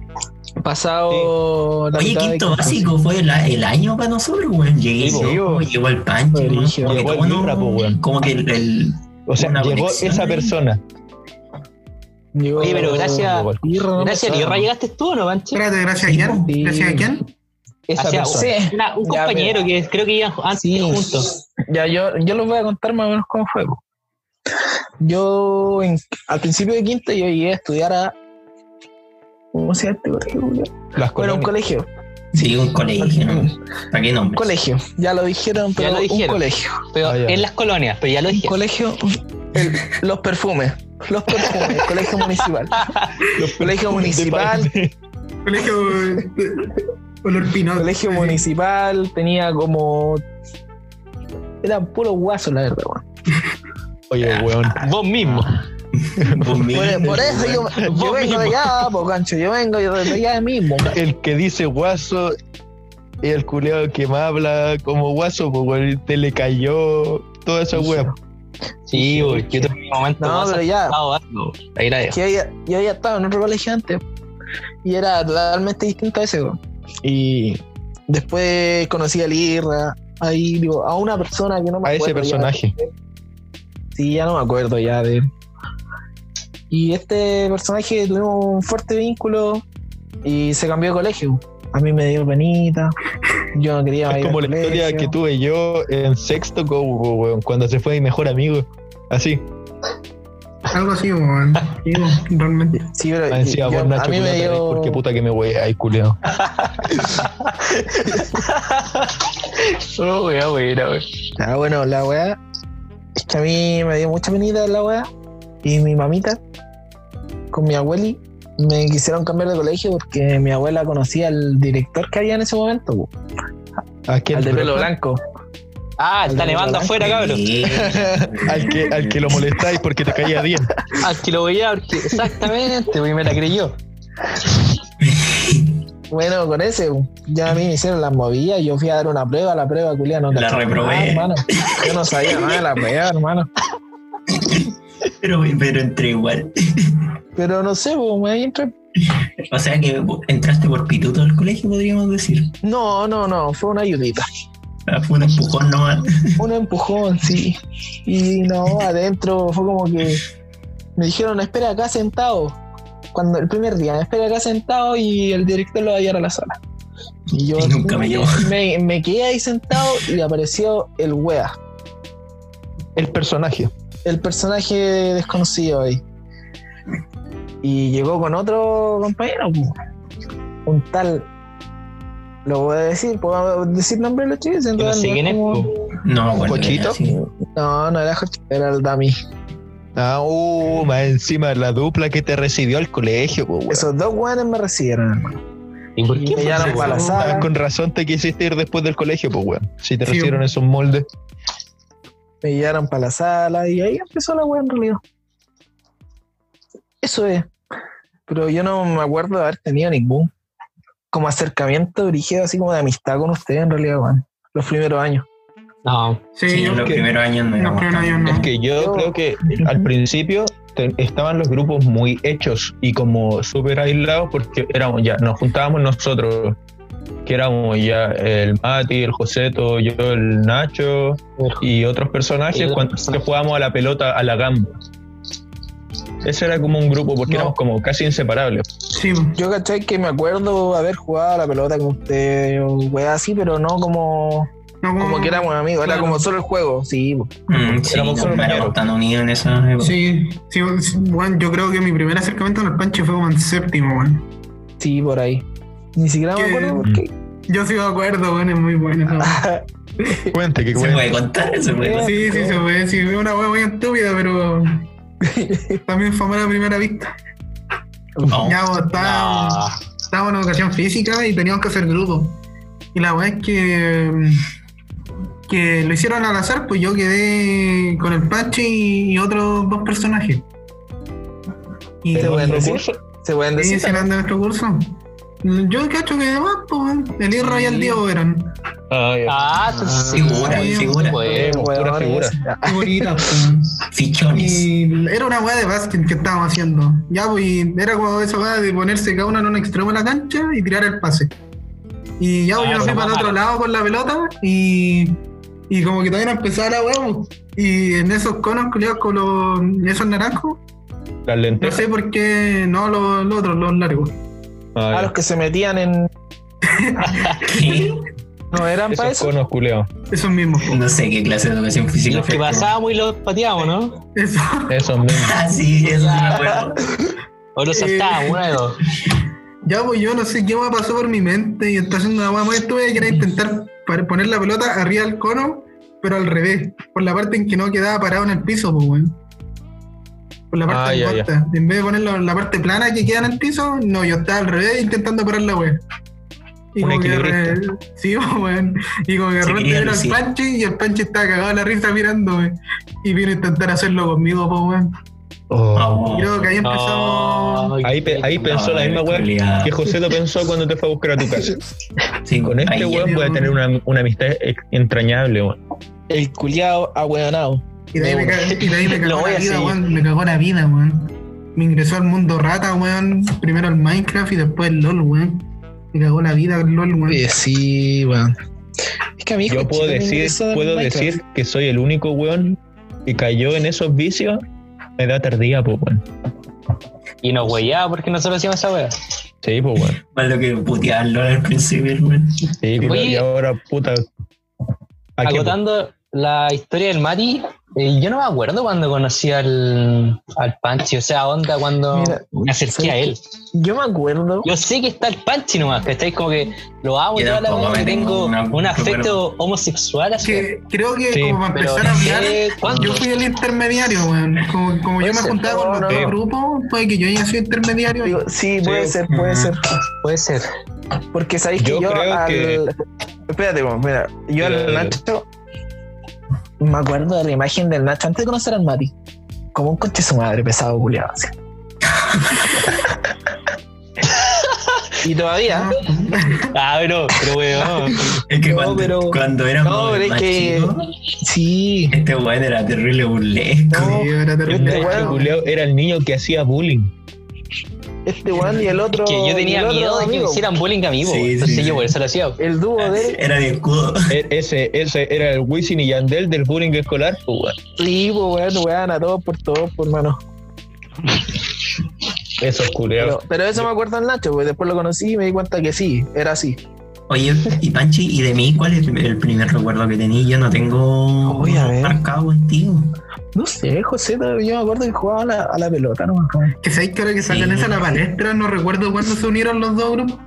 Speaker 4: Pasado la
Speaker 1: Oye,
Speaker 4: mitad de
Speaker 1: quinto básico fue la- el año para nosotros, weón. Llegué
Speaker 5: Sí, po.
Speaker 1: yo, llegó el Panchi,
Speaker 4: Fue
Speaker 1: weón.
Speaker 4: brígido.
Speaker 1: Como que
Speaker 5: Llegó el
Speaker 1: todo no-
Speaker 5: Libra, po, weón.
Speaker 1: Como que el, el-
Speaker 5: O sea,
Speaker 1: Una
Speaker 5: llegó
Speaker 1: conexión
Speaker 5: esa
Speaker 1: ahí.
Speaker 5: persona.
Speaker 4: Llegó-
Speaker 3: Oye, pero gracias-
Speaker 4: Irra no
Speaker 3: Gracias a
Speaker 4: pasaba.
Speaker 3: Tierra llegaste tú, ¿no, Pancho?
Speaker 2: espérate, gracias a quién.
Speaker 4: Sí.
Speaker 2: Gracias a quién.
Speaker 5: Esa
Speaker 3: Hacia-
Speaker 5: persona.
Speaker 4: Sí.
Speaker 3: Una- un
Speaker 4: Ya,
Speaker 3: compañero que creo que iban antes
Speaker 4: Sí.
Speaker 3: juntos.
Speaker 4: Ya, yo, yo les voy a contar más o menos cómo fue. po. Yo, en- al principio de quinto, yo llegué a estudiar a. ¿Cómo se llama este colegio? Julio?
Speaker 5: Las
Speaker 4: Bueno, un
Speaker 5: colonias.
Speaker 4: colegio.
Speaker 1: Sí, un colegio,
Speaker 5: [laughs]
Speaker 1: ¿no? ¿Para qué nombre?
Speaker 4: Colegio. Ya lo dijeron, pero
Speaker 3: lo dijeron.
Speaker 4: un colegio.
Speaker 3: Pero
Speaker 5: Ah, ya.
Speaker 3: en las colonias, pero ya lo
Speaker 4: Un
Speaker 3: dije.
Speaker 4: colegio. el- los perfumes. Los perfumes. el colegio municipal. colegio municipal.
Speaker 2: Colegio. eh, Olor
Speaker 4: El
Speaker 2: pinote.
Speaker 4: colegio municipal tenía como. Eran puros guasos, la verdad, weón.
Speaker 3: Ah.
Speaker 5: Oye, weón.
Speaker 3: Vos mismo.
Speaker 5: Ah.
Speaker 1: Vos mismo,
Speaker 4: Por, por eso yo, yo
Speaker 3: Vos
Speaker 4: vengo de
Speaker 3: mismo.
Speaker 4: allá, po, cancho. Yo vengo de de allá mismo.
Speaker 5: [laughs] El que dice guaso es el culeado que más habla como guaso, pues weón. Te le cayó toda esa weón.
Speaker 3: Sí, güey, yo tuve mi momento.
Speaker 4: No,
Speaker 3: más
Speaker 4: pero ya.
Speaker 3: asustado, algo. Ahí la dejo.
Speaker 4: que había- yo había estado en otro colegio antes y era totalmente distinto a ese. weón. Y después conocí a Lirra, ahí digo, a una persona que no me
Speaker 5: A ese
Speaker 4: acuerdo. ya.
Speaker 5: personaje.
Speaker 4: sí, ya no me acuerdo ya de él. Y este personaje tuvimos un fuerte vínculo y se cambió de colegio. A mí me dio penita, Yo no quería ir
Speaker 5: Es como
Speaker 4: al
Speaker 5: la historia
Speaker 4: colegio.
Speaker 5: que tuve yo en sexto go, pues, weón, cuando se fue mi mejor amigo. Así.
Speaker 2: Algo así, weón. Sí, weón, realmente.
Speaker 4: Sí, pero
Speaker 5: Me decía,
Speaker 4: yo-
Speaker 5: vos
Speaker 4: Eh, a
Speaker 5: Nacho,
Speaker 4: mí
Speaker 5: culiao,
Speaker 4: me
Speaker 5: te reís
Speaker 4: dio...
Speaker 5: porque puta que me wey, ay, culiao.
Speaker 3: Oh, weá, weá, weá.
Speaker 4: Ah, bueno, la weá. Es que a mí me dio mucha penita la weá. Y mi mamita, con mi abueli, me quisieron cambiar de colegio porque mi abuela conocía al director que había en ese momento, po,
Speaker 5: ¿A quién?
Speaker 4: al de pelo blanco.
Speaker 3: Ah, está nevando afuera, cabrón.
Speaker 1: Sí.
Speaker 5: [laughs] al, que, al que lo molestáis porque te caía bien.
Speaker 3: Al Ah, que lo veía, porque exactamente, güey, me la creyó.
Speaker 4: Bueno, con ese, po, ya a mí me hicieron las movidas. Yo fui a dar una prueba, la prueba, culia, no
Speaker 1: La
Speaker 4: cachaba
Speaker 1: reprobé.
Speaker 4: nada, hermano. Yo no [laughs] sabía nada de la prueba, hermano.
Speaker 1: Pero, pero entré igual.
Speaker 4: Pero no sé, po, me entré.
Speaker 1: O sea que entraste por pituto al colegio, podríamos decir.
Speaker 4: No, no, no, fue una ayudita.
Speaker 1: Ah, Fue un empujón nomás.
Speaker 4: un empujón, sí. Y no, adentro fue como que me dijeron, espera acá sentado. Cuando el primer día, espera acá sentado y el director lo va a llevar a la sala. Y yo
Speaker 1: Y nunca me llevó.
Speaker 4: me, me quedé ahí sentado y apareció el wea,
Speaker 5: El personaje.
Speaker 4: el personaje desconocido ahí. Y llegó con otro compañero, pu. un tal. Lo voy a decir, puedo decir nombre de los chicos.
Speaker 3: Yo no sé
Speaker 4: Entonces,
Speaker 3: quién es,
Speaker 4: como-
Speaker 3: po.
Speaker 1: No me acuerdo.
Speaker 5: ¿Cochito?
Speaker 1: ya, sí.
Speaker 4: No, no era Jorge, era el Dami.
Speaker 5: Ah, uh, más encima la dupla que te recibió al colegio, po, weón.
Speaker 4: Esos dos guanes me recibieron, hermano.
Speaker 3: ¿Y por
Speaker 4: Y
Speaker 3: qué?
Speaker 4: me llevaron para la
Speaker 5: Ah,
Speaker 4: sala.
Speaker 5: con razón te quisiste ir después del colegio, pues, weón. Si te
Speaker 2: Sí.
Speaker 5: recibieron esos moldes.
Speaker 4: Me llevaron para la sala y ahí empezó la wea en realidad. Eso es. Pero yo no me acuerdo de haber tenido ningún como acercamiento dirigido así como de amistad con ustedes en realidad, weón. Los primeros años.
Speaker 3: No,
Speaker 2: Sí,
Speaker 1: Sí,
Speaker 2: yo-
Speaker 1: en los
Speaker 5: que-
Speaker 1: primeros años no
Speaker 2: los
Speaker 1: éramos
Speaker 2: primeros
Speaker 1: tan-
Speaker 2: años no.
Speaker 5: Es que Mm. yo,
Speaker 4: Yo-
Speaker 5: creo que al principio te- estaban los grupos muy hechos y como súper aislados porque éramos ya, nos juntábamos nosotros, que éramos ya el Mati, el Joseto, yo, el Nacho y otros
Speaker 3: Y
Speaker 5: personajes
Speaker 3: otros
Speaker 5: cuando
Speaker 3: personajes.
Speaker 5: que jugábamos a la pelota a la gamba. Ese era como un grupo porque
Speaker 4: No.
Speaker 5: éramos como casi inseparables.
Speaker 2: Sí, weón.
Speaker 4: Yo cachai que me acuerdo haber jugado a la pelota con ustedes o wea así, pero no como,
Speaker 2: no
Speaker 4: como que éramos amigos, era
Speaker 2: claro.
Speaker 4: como solo el juego, sí. po.
Speaker 1: Mm, sí,
Speaker 5: Éramos
Speaker 1: no,
Speaker 5: solo
Speaker 1: no éramos
Speaker 5: compañeros.
Speaker 1: tan unidos en esa época.
Speaker 2: Sí, sí, weón, yo creo que mi primer acercamiento al panche fue como en séptimo, weón.
Speaker 4: Sí, por ahí. Ni siquiera me
Speaker 2: ¿Qué?
Speaker 4: acuerdo por qué.
Speaker 2: Yo sí me acuerdo, weón, es muy bueno. esa
Speaker 4: Ah,
Speaker 2: weá.
Speaker 5: Cuente que
Speaker 1: Se
Speaker 5: cuente.
Speaker 1: puede contar, se puede
Speaker 4: Sí.
Speaker 1: contar.
Speaker 2: Sí, sí, se puede decir, es una weá muy estúpida, pero
Speaker 4: [laughs]
Speaker 2: también fue amor a primera vista.
Speaker 1: No,
Speaker 2: Ya, weón, estábamos,
Speaker 3: Ah,
Speaker 2: estábamos en educación física y teníamos que hacer grupo. Y la weá es que, mm, que lo hicieron al azar, pues yo quedé con el panche y, otros dos personajes. Y
Speaker 4: Pero bueno,
Speaker 5: Nuestro
Speaker 4: sí.
Speaker 5: curso,
Speaker 4: Se pueden
Speaker 2: Sí,
Speaker 4: decir.
Speaker 2: ese era de nuestro curso. Yo cacho que además, pues, weón, el Irra y el Diego eran.
Speaker 5: ah, ya.
Speaker 3: ah, tú sí, pues.
Speaker 1: Figura,
Speaker 3: güey,
Speaker 1: figura.
Speaker 4: eh,
Speaker 3: güey.
Speaker 5: Éramos pura
Speaker 4: Weón,
Speaker 5: figura.
Speaker 4: ese.
Speaker 1: Fichones.
Speaker 2: Y era una weá de básquet que estábamos haciendo. Ya, pues, y era como esa weá de ponerse cada uno en un extremo de la cancha y tirar el pase. Y ya, pues,
Speaker 3: Ah,
Speaker 2: yo me fui
Speaker 3: esa
Speaker 2: para el otro
Speaker 3: mamada.
Speaker 2: lado con la pelota y, y como que todavía no empezaba la weá. pues. Y en esos conos, culiados, con los, esos naranjos,
Speaker 5: Las
Speaker 2: no
Speaker 5: lentejas.
Speaker 2: sé por qué, no los, los otros, los largos.
Speaker 5: Ah, ya.
Speaker 4: A los que se metían en.
Speaker 1: ¿Qué?
Speaker 4: No eran para
Speaker 5: Esos
Speaker 4: eso.
Speaker 5: conos culeos.
Speaker 2: Esos mismos.
Speaker 1: [laughs]
Speaker 2: pues.
Speaker 1: No sé qué clase de educación
Speaker 3: Y
Speaker 1: física
Speaker 3: los que
Speaker 1: fue.
Speaker 3: pasábamos y los pateábamos, ¿no?
Speaker 2: Eso.
Speaker 5: Esos mismos.
Speaker 1: Ah, sí, eso sí me acuerdo.
Speaker 3: O los saltábamos, una de dos.
Speaker 2: Ya, pues yo no sé qué me pasó por mi mente y está haciendo una hueá muy estúpida que era intentar par- poner la pelota arriba del cono, pero al revés, por la parte en que no quedaba parado en el piso, pues, weón. Por la
Speaker 5: Ah,
Speaker 2: parte
Speaker 5: ya, ya.
Speaker 2: corta. En vez de ponerlo en la parte plana que queda en el piso, no, yo estaba al revés intentando parar la weá. Y
Speaker 5: Un
Speaker 2: como que
Speaker 5: equilibrista.
Speaker 2: re- Sí, pues, weón. Y como que de
Speaker 1: Se
Speaker 2: repente
Speaker 1: quería
Speaker 2: vino el
Speaker 1: lucir.
Speaker 2: panche y el panche estaba cagado de la risa mirándome. Y vino a intentar hacerlo conmigo, pues, weón.
Speaker 1: Oh,
Speaker 2: Creo que ahí empezamos.
Speaker 3: Ay,
Speaker 5: Ahí, pe- ahí
Speaker 3: no.
Speaker 5: pensó la misma weá
Speaker 1: culiao.
Speaker 5: que José lo pensó cuando te fue a buscar a tu casa.
Speaker 4: [laughs]
Speaker 1: sí,
Speaker 5: Con este
Speaker 1: ahí ya.
Speaker 5: weón voy a tener una, una amistad ex- entrañable, weón.
Speaker 4: El culiao ahueonado.
Speaker 2: Y de ahí me,
Speaker 4: Bueno.
Speaker 2: ca- y de ahí me
Speaker 4: [laughs] Lo
Speaker 2: cagó
Speaker 4: voy
Speaker 2: la
Speaker 4: a
Speaker 2: vida,
Speaker 4: seguir.
Speaker 2: weón. Me cagó la vida, weón. Me ingresó al mundo rata, weón. Primero al Minecraft y después al LOL, weón. Me cagó la vida el LOL, weón.
Speaker 4: Oye, sí, weón. Es que a mí
Speaker 5: Yo
Speaker 4: hijo,
Speaker 5: puedo
Speaker 4: chico,
Speaker 5: decir,
Speaker 4: eso del
Speaker 5: puedo
Speaker 4: Minecraft.
Speaker 5: decir que soy el único weón que cayó en esos vicios a edad tardía, pues weón.
Speaker 3: Y nos huellaba porque nosotros hacíamos esa wea.
Speaker 5: Sí, pues, weón.
Speaker 1: Más lo que putearlo al principio, hermano.
Speaker 5: Sí, pero
Speaker 3: Oye.
Speaker 5: y ahora, puta. ¿a qué,
Speaker 3: Agotando la historia del Mati, eh, yo no me acuerdo cuando conocí al, al Panchi, o sea, onda cuando
Speaker 4: Mira,
Speaker 3: me acerqué
Speaker 4: ¿sabes
Speaker 3: a él.
Speaker 4: Yo me acuerdo.
Speaker 3: Yo sé que está el Panchi nomás, ¿cachai? Como que lo amo y
Speaker 1: Yo
Speaker 3: toda la
Speaker 1: tampoco
Speaker 3: wea, que
Speaker 1: me tengo
Speaker 3: tengo
Speaker 1: una-
Speaker 3: un afecto homosexual así.
Speaker 2: Que creo que
Speaker 5: Sí,
Speaker 2: como para
Speaker 3: pero
Speaker 2: empezar a
Speaker 3: no
Speaker 2: hablar,
Speaker 3: sé cuándo.
Speaker 2: yo fui el intermediario, weón. Como, como yo me
Speaker 4: Ese,
Speaker 2: juntaba con los
Speaker 4: no,
Speaker 2: dos
Speaker 4: no.
Speaker 2: grupos, puede que yo haya sido intermediario.
Speaker 4: Digo, sí, puede
Speaker 5: Sí.
Speaker 4: ser, puede
Speaker 1: Ujú.
Speaker 4: ser.
Speaker 3: Puede ser.
Speaker 4: Porque sabéis que
Speaker 5: Yo
Speaker 4: yo,
Speaker 5: creo
Speaker 4: al.
Speaker 5: que-
Speaker 4: Espérate, vos, mira. Yo
Speaker 5: Dale,
Speaker 4: al
Speaker 5: dale.
Speaker 4: Nacho. Me acuerdo de la imagen del Nacho antes de conocer al Mati. Como un coche su madre pesado, culiado. así. y todavía.
Speaker 3: Ah, pero, pero
Speaker 2: [laughs]
Speaker 3: weón.
Speaker 1: Es que
Speaker 4: No,
Speaker 1: cuando,
Speaker 4: pero-
Speaker 1: cuando éramos
Speaker 4: no, pero es
Speaker 1: más
Speaker 4: que-
Speaker 1: chicos,
Speaker 4: Sí.
Speaker 1: este weón era terrible burlesco.
Speaker 4: No,
Speaker 2: Sí, era
Speaker 5: Yo
Speaker 2: terrible.
Speaker 4: Este
Speaker 5: creo que
Speaker 4: weón.
Speaker 5: Julio era el niño que hacía bullying.
Speaker 4: Este weón y el otro.
Speaker 3: que yo
Speaker 4: y el
Speaker 3: tenía
Speaker 4: otro
Speaker 3: miedo de que me
Speaker 4: amigo,
Speaker 3: hicieran bullying a mí, po.
Speaker 1: Sí, sí,
Speaker 3: entonces
Speaker 1: sí.
Speaker 3: yo por eso lo hacía. po.
Speaker 4: El
Speaker 5: Ah,
Speaker 4: dúo de él.
Speaker 1: Era de escudo.
Speaker 5: E- ese, ese era el Wisin y Yandel del bullying escolar, pues, weón.
Speaker 4: Sí, pues, weón, weón, a todos por todos, por mano.
Speaker 5: Esos
Speaker 4: Pero,
Speaker 5: culeados.
Speaker 4: pero eso me acuerdo del Nacho, pues después lo conocí y me di cuenta que sí, era así.
Speaker 1: Oye, y Panchi, ¿y de mí cuál es el primer recuerdo que tenía? Yo no tengo
Speaker 4: Oye, a ver.
Speaker 1: marcado contigo.
Speaker 4: No sé, José, pero yo me acuerdo que jugaba a la, a la pelota, no me acuerdo.
Speaker 2: Que sabéis que ahora que sacan
Speaker 1: Sí.
Speaker 2: esa a la palestra, no recuerdo cuándo se unieron los dos grupos.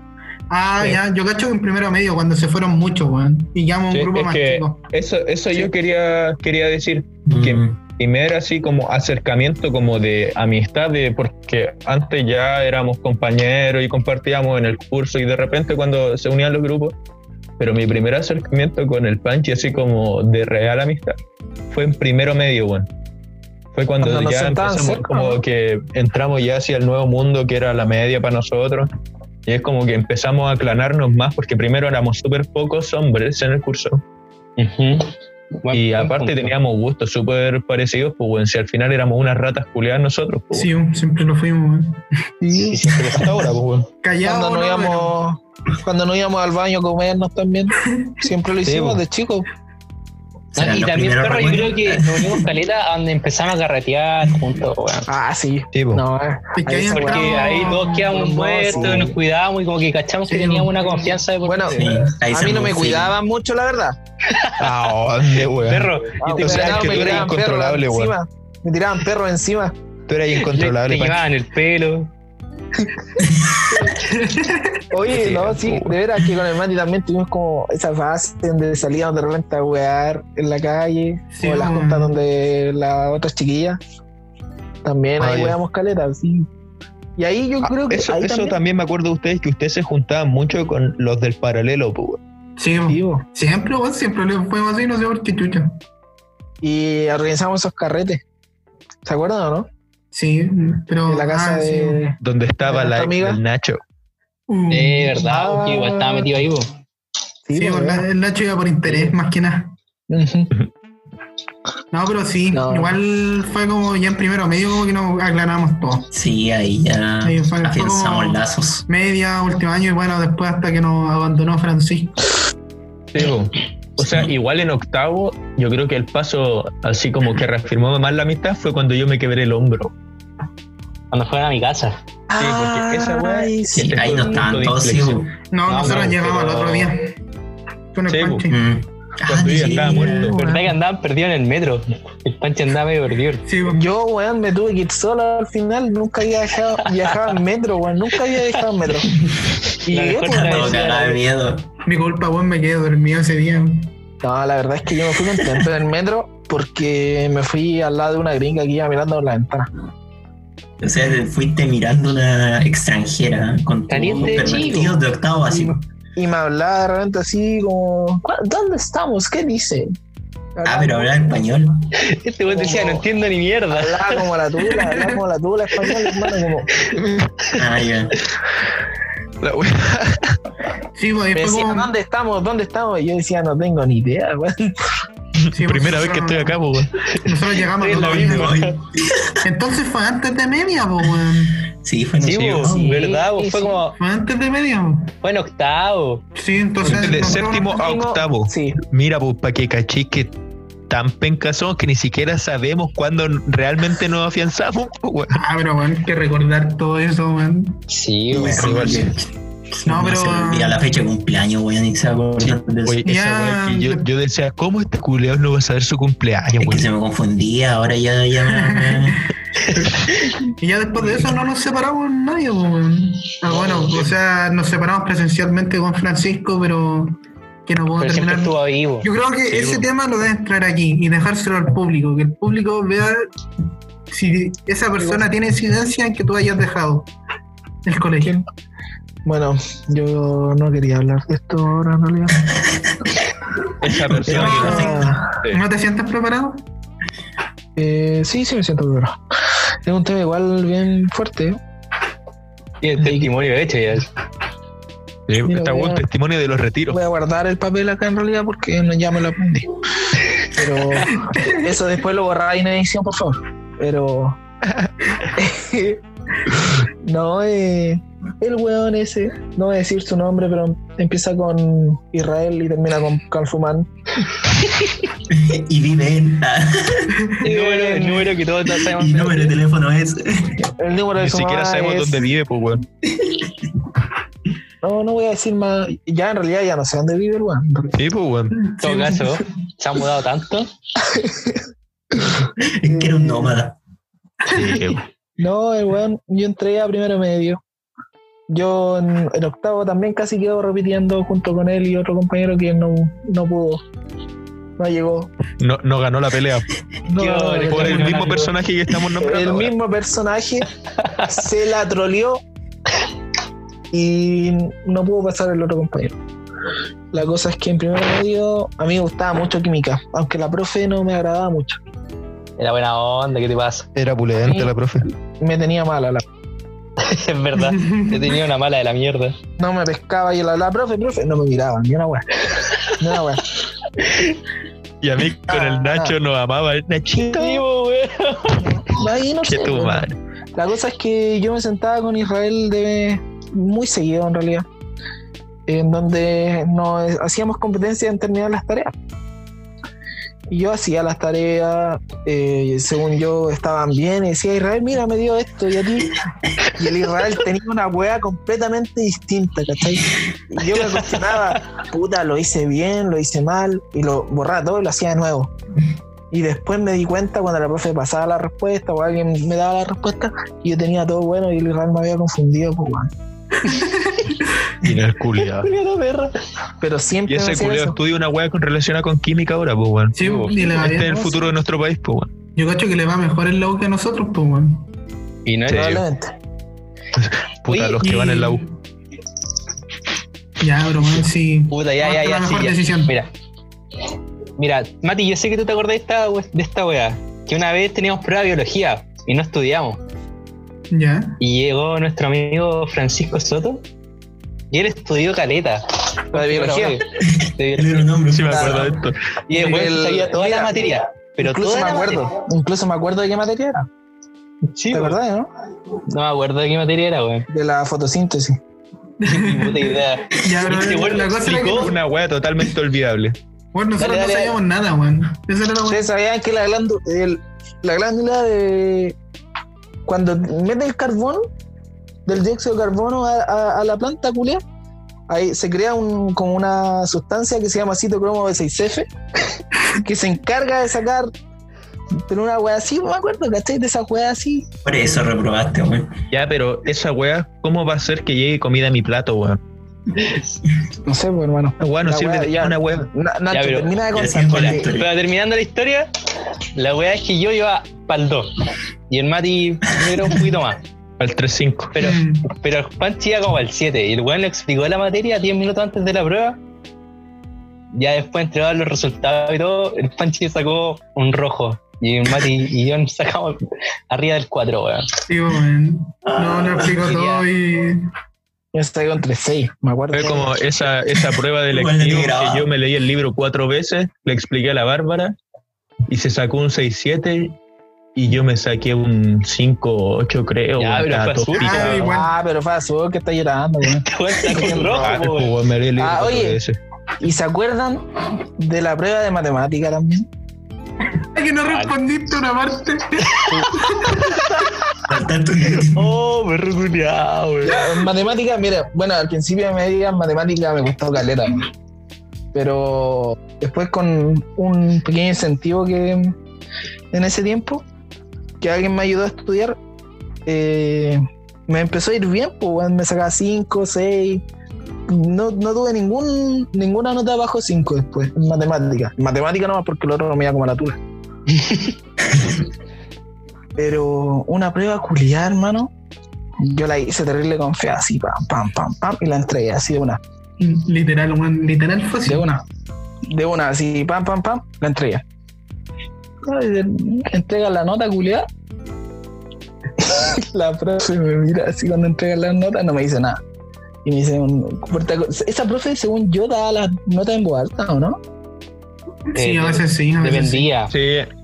Speaker 2: Ah, ya, yo cacho que en primero medio, cuando se fueron muchos, weón. Y llamo a un
Speaker 5: Sí,
Speaker 2: grupo
Speaker 5: es
Speaker 2: más
Speaker 5: que
Speaker 2: chico.
Speaker 5: eso eso yo quería, quería decir. ¿Qué?
Speaker 1: Mm,
Speaker 5: Primero así como acercamiento, como de amistad, de, porque antes ya éramos compañeros y compartíamos en el curso y de repente cuando se unían los grupos. Pero mi primer acercamiento con el Panchi, así como de real amistad, fue en primero medio, bueno. Fue cuando,
Speaker 4: Cuando nos
Speaker 5: ya
Speaker 4: sentaban
Speaker 5: empezamos,
Speaker 4: cerca,
Speaker 5: como
Speaker 4: ¿no?
Speaker 5: que entramos ya hacia el nuevo mundo que era la media para nosotros. Y es como que empezamos a aclanarnos más porque primero éramos súper pocos hombres en el curso.
Speaker 3: Buen-
Speaker 5: Y
Speaker 3: buen
Speaker 5: aparte
Speaker 3: punto.
Speaker 5: teníamos gustos súper parecidos, pues bueno, si al final éramos unas ratas culiadas nosotros, pues
Speaker 2: Sí, weón, siempre lo fuimos, weón.
Speaker 4: Sí,
Speaker 5: bueno. hasta ahora, pues [laughs] bueno.
Speaker 2: Callado,
Speaker 4: cuando, no
Speaker 2: no, pero-
Speaker 4: íbamos, cuando no íbamos al baño a comernos también, siempre lo
Speaker 5: Sí,
Speaker 4: hicimos
Speaker 5: po.
Speaker 4: de chicos.
Speaker 1: serán
Speaker 3: Ah, y
Speaker 1: los
Speaker 3: también,
Speaker 1: primeros
Speaker 3: perro, yo creo
Speaker 1: recuerdos.
Speaker 3: que nos unimos caleta a donde empezamos a carretear juntos, weón.
Speaker 4: Ah, sí.
Speaker 5: Sí, pues.
Speaker 4: No, eh.
Speaker 2: Es que
Speaker 4: Ahí
Speaker 2: ahí
Speaker 4: se-
Speaker 3: Porque
Speaker 2: entramos-
Speaker 3: ahí todos quedamos
Speaker 4: hermoso.
Speaker 3: muertos, nos cuidábamos y como que cachamos que
Speaker 2: Sí.
Speaker 3: teníamos una confianza de por
Speaker 4: Bueno,
Speaker 1: Sí, ahí
Speaker 4: a
Speaker 1: se
Speaker 4: mí no me
Speaker 1: modifica.
Speaker 4: cuidaban mucho, la verdad.
Speaker 5: ¿A dónde, weón?
Speaker 3: perro.
Speaker 4: Ah,
Speaker 5: y te- o sea,
Speaker 4: no,
Speaker 5: es que
Speaker 4: me
Speaker 5: tú eres
Speaker 4: tiraban perros
Speaker 5: incontrolable, weón.
Speaker 4: encima. Me tiraban perros encima.
Speaker 5: Tú eras incontrolable,
Speaker 3: Te
Speaker 5: Pancho.
Speaker 3: llevaban el pelo.
Speaker 4: Oye,
Speaker 5: Sí,
Speaker 4: no,
Speaker 5: po,
Speaker 4: sí,
Speaker 5: weón.
Speaker 4: de veras que con el Mati también tuvimos como esa fase donde salíamos de repente a wear en la calle,
Speaker 2: Sí,
Speaker 4: o las
Speaker 2: weón.
Speaker 4: juntas donde las otras chiquillas. También ahí
Speaker 5: Oye.
Speaker 4: weamos caletas, sí. Y ahí yo
Speaker 5: Ah,
Speaker 4: creo que
Speaker 5: eso,
Speaker 4: ahí
Speaker 5: eso también...
Speaker 4: también,
Speaker 5: me acuerdo de ustedes, que ustedes se juntaban mucho con los del paralelo, pues weón.
Speaker 2: Sí, weón.
Speaker 4: sí, po.
Speaker 2: Siempre, weón, siempre le fuimos así, no sé por qué chucha.
Speaker 4: Y organizamos esos carretes. ¿Se acuerdan o no?
Speaker 2: Sí, pero.
Speaker 4: En la casa
Speaker 2: ah, sí,
Speaker 4: de.
Speaker 2: weón.
Speaker 5: donde estaba
Speaker 4: ¿Era
Speaker 5: la
Speaker 4: tu
Speaker 5: ex
Speaker 4: amiga?
Speaker 5: del Nacho.
Speaker 2: Uh,
Speaker 3: De verdad,
Speaker 4: Ah.
Speaker 3: porque igual estaba metido ahí, po.
Speaker 4: Sí, pues,
Speaker 2: Sí,
Speaker 4: po,
Speaker 2: weón,
Speaker 4: weón.
Speaker 2: la- el Nacho iba por interés, más que nada.
Speaker 4: Ujú.
Speaker 2: No, pero sí,
Speaker 4: No.
Speaker 2: igual fue como ya en primero medio, como que nos aclaramos todo.
Speaker 1: Sí, ahí ya
Speaker 2: Ahí fue- fue
Speaker 1: afianzamos
Speaker 2: como-
Speaker 1: lazos.
Speaker 2: Media, último año, y bueno, después hasta que nos abandonó Francisco.
Speaker 5: Sí, po. O sea, igual en octavo, yo creo que el paso así como que reafirmó más la amistad fue cuando yo me quebré el hombro.
Speaker 3: Cuando fueron a mi casa.
Speaker 5: Sí, porque esa weá-
Speaker 2: Ah,
Speaker 4: Ay, sí.
Speaker 1: Sí,
Speaker 5: Este
Speaker 1: ahí
Speaker 5: fue
Speaker 1: no
Speaker 5: el
Speaker 1: estaban
Speaker 5: punto de
Speaker 1: todos, sí.
Speaker 5: inflexión.
Speaker 1: bo.
Speaker 2: No,
Speaker 5: No,
Speaker 2: nosotros
Speaker 5: no,
Speaker 2: llegamos
Speaker 5: pero-
Speaker 2: al otro día. Con el
Speaker 5: Sí,
Speaker 2: Panchi.
Speaker 1: Mm.
Speaker 5: Cuando
Speaker 1: Ah,
Speaker 5: yo ya
Speaker 1: sí,
Speaker 5: estaba muerto.
Speaker 3: ¿Verdad que andaban perdidos en el metro? El panche andaba medio perdido.
Speaker 2: Sí, pues, bo.
Speaker 4: Yo, weón, me tuve que ir solo al final. Nunca había viajado, viajado en metro, weón. Nunca había viajado
Speaker 5: [laughs]
Speaker 4: en metro. Y
Speaker 3: La
Speaker 4: llegué,
Speaker 3: mejor
Speaker 4: pues, weón.
Speaker 1: Todo cagado de miedo.
Speaker 2: mi culpa, weón, me quedé dormido ese día.
Speaker 4: No, la verdad es que yo me fui contento en el metro porque me fui al lado de una gringa que iba mirando por la ventana.
Speaker 1: O sea, fuiste mirando una extranjera con tus
Speaker 3: Caliente, chico.
Speaker 1: pervertidos de octavo así. bo.
Speaker 4: Y me hablaba de repente así como, "¿Cuá- ¿dónde estamos? ¿Qué dice?
Speaker 1: Ah, pero hablaba español.
Speaker 3: Este weón decía, no entiendo ni mierda.
Speaker 4: Hablaba como la tula, hablaba como la tula español, hermano, como...
Speaker 1: Ah, ya.
Speaker 5: La weá-
Speaker 2: Sí, bo, y
Speaker 4: Me
Speaker 2: fue
Speaker 4: decía,
Speaker 2: pues, como.
Speaker 4: ¿dónde estamos? ¿Ddónde estamos? Y yo decía, no tengo ni idea, [laughs] weón.
Speaker 2: sí, pues, bo,
Speaker 5: Primera vez que estoy acá, po, weón.
Speaker 2: Nosotros llegamos al
Speaker 3: Estoy en
Speaker 2: otro
Speaker 3: la
Speaker 2: día.
Speaker 3: misma.
Speaker 1: Ay,
Speaker 2: Entonces fue antes de media, po, weón.
Speaker 1: Sí, fue en
Speaker 3: Sí,
Speaker 5: Sí,
Speaker 3: po,
Speaker 5: sí,
Speaker 3: ¿verdad? po?
Speaker 4: sí.
Speaker 3: Fue como,
Speaker 2: Fue antes de media, po.
Speaker 3: fue en octavo.
Speaker 2: Sí, entonces.
Speaker 5: De
Speaker 2: nosotros-
Speaker 5: séptimo a Ah, octavo.
Speaker 4: Sí,
Speaker 5: Mira, pues, para que cachis que tan pencas somos que ni siquiera sabemos cuándo realmente nos afianzamos, po, weón.
Speaker 2: Ah, pero bueno, hay que recordar todo eso, weón.
Speaker 3: Sí, weón.
Speaker 1: Pero
Speaker 5: igual sí.
Speaker 2: No, pero-
Speaker 1: Mira la fecha de cumpleaños, weón, y se acordan de eso.
Speaker 5: Oye,
Speaker 2: Ya.
Speaker 5: esa weá que yo, yo decía, ¿cómo este culeo no va a saber su cumpleaños,
Speaker 1: Es que
Speaker 4: [laughs]
Speaker 5: weón?
Speaker 1: se me confundía, ahora ya, ya me- [laughs]
Speaker 2: Y ya después de eso no nos separamos nadie, po, weón. Ah, bueno, o sea, nos separamos presencialmente con Francisco, pero que no puedo
Speaker 3: Pero siempre
Speaker 2: terminar.
Speaker 3: estuvo vivo.
Speaker 2: Yo creo que
Speaker 5: Sí,
Speaker 2: ese
Speaker 5: po.
Speaker 2: tema lo deben traer aquí y dejárselo al público, que el público vea si esa persona tiene incidencia en que tú hayas dejado el colegio.
Speaker 4: Bueno, yo no quería hablar de esto ahora en realidad.
Speaker 5: Esa persona que no sé.
Speaker 4: Ah,
Speaker 2: ¿No te sientes preparado?
Speaker 4: eh, sí, sí me siento preparado. Es un tema igual bien fuerte.
Speaker 3: Tiene testimonio hecho ya.
Speaker 5: Sí,
Speaker 4: Mira,
Speaker 5: Está
Speaker 4: weón.
Speaker 5: buen testimonio de los retiros.
Speaker 4: Voy a guardar el papel acá en realidad porque no- ya me lo aprendí. Pero eso después lo borráis en edición, por favor. Pero. [laughs] no, eh, el weón ese, no voy a decir su nombre, pero empieza con Israel y termina con Calfuman.
Speaker 1: y vive él. Ah,
Speaker 3: El número, el número que todos sabemos.
Speaker 1: Y el número de teléfono es.
Speaker 4: El número de
Speaker 5: Ni
Speaker 4: su
Speaker 5: siquiera
Speaker 4: mamá
Speaker 5: sabemos
Speaker 4: es-
Speaker 5: dónde vive, pues, weón.
Speaker 4: No, no voy a decir más. Ya en realidad ya no sé dónde vive el weón.
Speaker 5: Sí, pues, weón.
Speaker 3: En todo caso, se ha mudado tanto.
Speaker 1: Es que era un nómada.
Speaker 4: [laughs]
Speaker 5: Sí, weón.
Speaker 4: No, el weón, yo entré a primero medio. Yo en, en octavo también casi quedo repitiendo junto con él y otro compañero que no, no pudo. No llegó.
Speaker 5: No, no ganó la pelea
Speaker 4: No,
Speaker 3: Yo,
Speaker 4: no,
Speaker 3: el
Speaker 4: no,
Speaker 5: por
Speaker 4: no,
Speaker 5: el
Speaker 4: no,
Speaker 5: mismo
Speaker 4: no.
Speaker 5: personaje que estamos nombrando.
Speaker 4: El
Speaker 5: ahora.
Speaker 4: mismo personaje se la troleó y no pudo pasar el otro compañero. La cosa es que en primero medio a mí me gustaba mucho química, aunque la profe no me agradaba mucho.
Speaker 3: Era buena onda, ¿qué te pasa? [laughs]
Speaker 5: Era pulente la profe.
Speaker 4: Me tenía mala la
Speaker 3: Es verdad.
Speaker 5: Ah,
Speaker 3: Yo tenía una mala de la mierda.
Speaker 4: no me pescaba y la, la profe, profe, no me miraba, ni una weá. Ni una weá.
Speaker 5: Y a mí con el Nacho nos amaba. El Nachito,
Speaker 3: Sí, po, weón.
Speaker 4: Ahí no
Speaker 5: que
Speaker 4: sé,
Speaker 5: tu
Speaker 4: weón.
Speaker 5: madre.
Speaker 4: La cosa es que yo me sentaba con Israel de muy seguido en realidad, en donde nos hacíamos competencia en terminar las tareas. Y yo hacía las tareas, eh, según yo estaban bien, y decía Israel, mira, me dio esto y a ti. Y el Israel tenía una hueá completamente distinta, ¿cachai? Y yo me cuestionaba, puta, lo hice bien, lo hice mal, y lo borraba todo y lo hacía de nuevo. Y después me di cuenta cuando la profe pasaba la respuesta o alguien me daba la respuesta, y yo tenía todo bueno y el Israel me había confundido, pues, weón.
Speaker 5: Mira el
Speaker 4: [laughs]
Speaker 5: culiado.
Speaker 3: Mira, perra.
Speaker 4: Pero
Speaker 5: Ah.
Speaker 4: siempre
Speaker 5: Y
Speaker 4: me
Speaker 5: ese
Speaker 4: hacía
Speaker 5: culiado
Speaker 4: eso.
Speaker 5: estudia una weá con relacionada con química ahora, pues, weón.
Speaker 2: Sí,
Speaker 3: po.
Speaker 2: y le va
Speaker 5: Este es
Speaker 2: bien.
Speaker 5: el futuro de nuestro país, pues, weón.
Speaker 2: Yo cacho que le va mejor en la U que a nosotros, pues, weón.
Speaker 3: Y no era
Speaker 4: Probablemente.
Speaker 5: Puta,
Speaker 3: Oye,
Speaker 5: los que van en la U.
Speaker 2: Ya, bro, weón, sí.
Speaker 3: Puta, ya, ya,
Speaker 2: Tomaste
Speaker 3: ya,
Speaker 2: la
Speaker 3: sí,
Speaker 2: mejor
Speaker 3: ya.
Speaker 2: decisión.
Speaker 3: Mira. Mira, Mati, yo sé que tú te acordás de esta, de esta weá. Que una vez teníamos prueba de biología y no estudiamos.
Speaker 2: Ya.
Speaker 3: Y llegó nuestro amigo Francisco Soto. Y él estudió caleta.
Speaker 4: La de biología.
Speaker 3: De
Speaker 1: Él
Speaker 3: biología.
Speaker 1: era un hombre.
Speaker 5: Sí, me
Speaker 4: Claro.
Speaker 5: acuerdo de esto.
Speaker 3: Y el weón
Speaker 4: El-
Speaker 3: sabía toda la
Speaker 4: mira,
Speaker 3: materia. Pero
Speaker 4: incluso
Speaker 3: toda
Speaker 4: me
Speaker 3: la
Speaker 4: acuerdo,
Speaker 3: materia.
Speaker 4: incluso me acuerdo de qué materia era.
Speaker 3: Sí,
Speaker 4: ¿Te
Speaker 5: pues.
Speaker 3: weón.
Speaker 4: acordás, no?
Speaker 3: No me acuerdo de qué materia era, weón.
Speaker 4: De la fotosíntesis.
Speaker 3: Ni puta idea.
Speaker 2: Ya,
Speaker 3: [laughs]
Speaker 2: bro,
Speaker 3: Y este weón
Speaker 2: la cosa era que
Speaker 3: explicó
Speaker 5: Una weá totalmente olvidable.
Speaker 2: bueno, nosotros
Speaker 3: Dale,
Speaker 2: no
Speaker 3: dale,
Speaker 2: sabíamos nada, weón. Esa era la weón.
Speaker 4: Ustedes sabían que la glándula, la glándula de. Cuando mete el carbón, del dióxido de carbono a, a- a la planta culia, ahí se crea un, como una sustancia que se llama citocromo B6F, [laughs] que se encarga de sacar. Pero una wea así, me acuerdo, ¿cachai? De esa wea así.
Speaker 1: Por eso reprobaste, weón.
Speaker 5: Ya, pero esa weá, ¿cómo va a ser que llegue comida a mi plato, weón?
Speaker 4: No sé, pues, hermano.
Speaker 5: Una weá no
Speaker 4: La
Speaker 5: sirve
Speaker 4: weá,
Speaker 5: de
Speaker 4: ya.
Speaker 5: una weá.
Speaker 4: Na- Nacho,
Speaker 3: Ya, pero-
Speaker 4: termina de
Speaker 1: Ya, sí,
Speaker 4: contar.
Speaker 1: con la
Speaker 4: porque-
Speaker 1: historia.
Speaker 3: Pero terminando la historia, la weá es que yo iba pa'l 2. Y el Mati era un poquito más.
Speaker 5: Al 3-5.
Speaker 3: Pero
Speaker 2: Mm.
Speaker 3: Pero el Panchi iba como al 7 y el weón le explicó la materia 10 minutos antes de la prueba. Ya después entregaban los resultados y todo. El Panchi sacó un rojo y el Mati y yo nos sacamos arriba del 4, weón. [laughs]
Speaker 2: Sí, weón. No, lo explico
Speaker 3: Ah,
Speaker 2: todo y.
Speaker 4: Yo estoy con 3-6, me acuerdo.
Speaker 5: Fue como eh, esa, esa prueba
Speaker 4: [laughs]
Speaker 5: de
Speaker 1: Igual de
Speaker 5: lectivo
Speaker 1: grabado.
Speaker 5: que yo me leí el libro cuatro veces, le expliqué a la Bárbara y se sacó un 6-7 y yo me saqué un 5-8 creo.
Speaker 3: Ya,
Speaker 5: weón,
Speaker 3: pero
Speaker 5: estaba
Speaker 3: fue
Speaker 5: todo
Speaker 3: azul.
Speaker 5: picado.
Speaker 2: Ay, weón.
Speaker 4: Ah, pero fue azul que está llorando, weón.
Speaker 3: El weón sacó un rojo,
Speaker 5: Ah,
Speaker 3: po, weón.
Speaker 5: weón, me leí el libro
Speaker 4: Ah,
Speaker 5: cuatro
Speaker 4: oye.
Speaker 5: veces.
Speaker 4: ¿Y se acuerdan de la prueba de matemática también?
Speaker 2: que no respondiste una parte.
Speaker 1: Faltando
Speaker 3: Oh, perro culiao, weón.
Speaker 4: Ya, en matemática, mira, bueno, al principio me digan matemática me gustó caleta. Pero después con un pequeño incentivo que en ese tiempo, que alguien me ayudó a estudiar, eh, me empezó a ir bien, pues weón, me sacaba 5, 6. No, no tuve ningún, ninguna nota bajo 5 después, en matemática. En matemática nomás porque el otro no me iba como la tula. Pero una prueba culiada, hermano yo la hice terrible confiada, así, pam, pam, pam, pam, y la entregué así de una,
Speaker 2: Literal, weón, literal fue así.
Speaker 4: de una, de una, así, pam, pam, pam, la entregué. Ay, Entrega la nota, culiada. [laughs] la profe me mira así cuando entrega la nota, no me dice nada. Y me dice, un- esa profe, según yo, da las notas en voz alta, ¿o no?
Speaker 2: Sí,
Speaker 3: Eh,
Speaker 2: a veces sí, a veces sí.
Speaker 3: Dependía.
Speaker 5: Sí.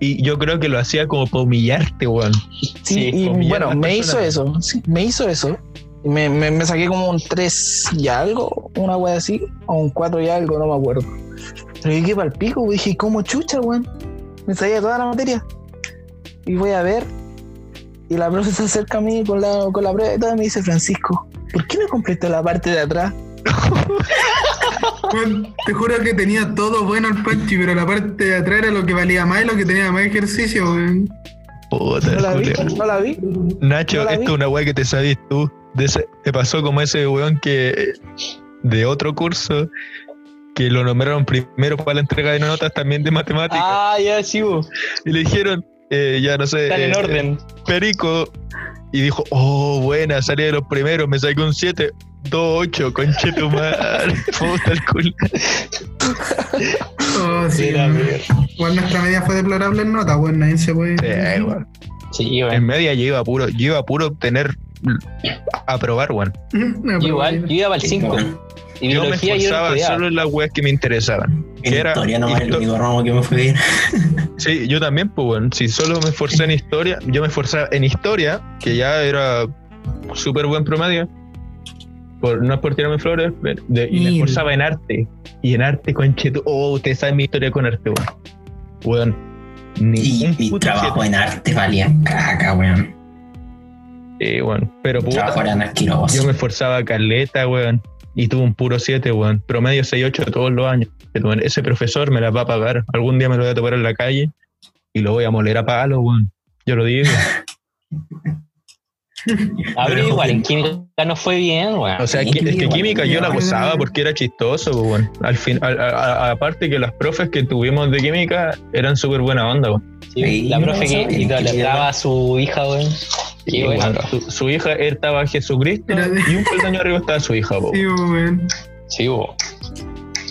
Speaker 5: Y yo creo que lo hacía como para humillarte, weón.
Speaker 4: Sí,
Speaker 3: Sí,
Speaker 4: y
Speaker 5: con millar
Speaker 4: bueno,
Speaker 5: de
Speaker 4: me
Speaker 5: personas.
Speaker 4: hizo eso, sí, me hizo eso. Y Me, me, me saqué como un 3 y algo, una wea así, o un 4 y algo, no me acuerdo. Pero yo quedé pa'l pico, güey, dije, ¿cómo chucha, weón? Me sabía toda la materia. Y voy a ver, y la profe se acerca a mí con la, con la prueba y todo, y me dice, Francisco, ¿por qué no completó la parte de atrás?
Speaker 2: Weón, te juro que tenía todo bueno el Panchi, pero la parte de atrás era lo que valía más y lo que tenía más ejercicio, weón.
Speaker 5: Puta,
Speaker 4: No la vi,
Speaker 5: culiao.
Speaker 4: no la vi.
Speaker 5: Nacho,
Speaker 4: no la
Speaker 5: esto
Speaker 4: vi.
Speaker 5: es una weá que te sabís tú. De ese- te pasó como ese weón que de otro curso que lo nombraron primero para la entrega de notas también de matemáticas.
Speaker 3: Ah, ya, sí, bo.
Speaker 5: Y le dijeron, eh, ya no sé,
Speaker 3: Están en
Speaker 5: eh,
Speaker 3: orden.
Speaker 5: Perico. Y dijo, oh, buena, salí de los primeros, me saqué un 7, 2, 8, conche tu madre. [laughs] Puta el culo.
Speaker 2: Oh, sí,
Speaker 3: Mira,
Speaker 2: weón.
Speaker 3: mira.
Speaker 2: Igual nuestra media fue deplorable en nota, weón, nadie se puede. [laughs]
Speaker 5: Sí, weón.
Speaker 3: Sí,
Speaker 5: En
Speaker 3: weón.
Speaker 5: media yo iba puro, yo iba puro obtener, aprobar, weón.
Speaker 2: Una
Speaker 3: Yo Igual, yo
Speaker 2: probabilidad.
Speaker 3: iba para el 5. Y
Speaker 5: Yo me
Speaker 3: biología yo no
Speaker 5: esforzaba
Speaker 3: estudiaba.
Speaker 5: solo en las weas que me interesaban.
Speaker 1: En
Speaker 5: Que era
Speaker 1: historia nomás el
Speaker 5: histo-
Speaker 1: único ramo que me fue bien.
Speaker 5: Sí, yo también, pues bueno, si solo me esforcé en historia, yo me esforzaba en historia, que ya era súper buen promedio, por, no es por tirarme flores, pero- de- y me
Speaker 2: Mil.
Speaker 5: esforzaba en arte, y en arte con cheto, oh, ustedes saben mi historia con arte, weón. Weón, ni
Speaker 1: Y,
Speaker 5: un
Speaker 1: y
Speaker 5: puto
Speaker 1: trabajo en arte valía caca, weón.
Speaker 5: siete, eh, weón, pero puta,
Speaker 1: Trabajo eran asqueroso.
Speaker 5: yo me esforzaba caleta, weón, y tuve un puro 7, weón, promedio 6-8 todos los años. Pero, weón, ese profesor me las va a pagar, algún día me lo voy a topar en la calle y lo voy a moler a palo, weón. Yo lo digo.
Speaker 3: A ver,
Speaker 1: Pero-
Speaker 3: Ah, igual, en química no fue bien,
Speaker 5: O
Speaker 3: weón.
Speaker 5: sea,
Speaker 1: Sí,
Speaker 5: qui- es que
Speaker 1: igual,
Speaker 5: química yo la
Speaker 2: igual.
Speaker 5: gozaba porque era chistoso, pues, bueno. Al fin, al- a- a- aparte que las profes que tuvimos de química eran súper buena onda, weón.
Speaker 3: Sí,
Speaker 1: Sí,
Speaker 3: la
Speaker 1: no,
Speaker 3: profe
Speaker 1: eso
Speaker 3: que
Speaker 1: bien, que
Speaker 3: le daba a su hija, weón. Sí,
Speaker 5: Y,
Speaker 3: weón.
Speaker 5: bueno, su, su hija estaba Jesucristo
Speaker 2: Era de-
Speaker 5: y un peldaño arriba estaba su hija, po.
Speaker 2: Sí, weón.
Speaker 3: Sí, bo.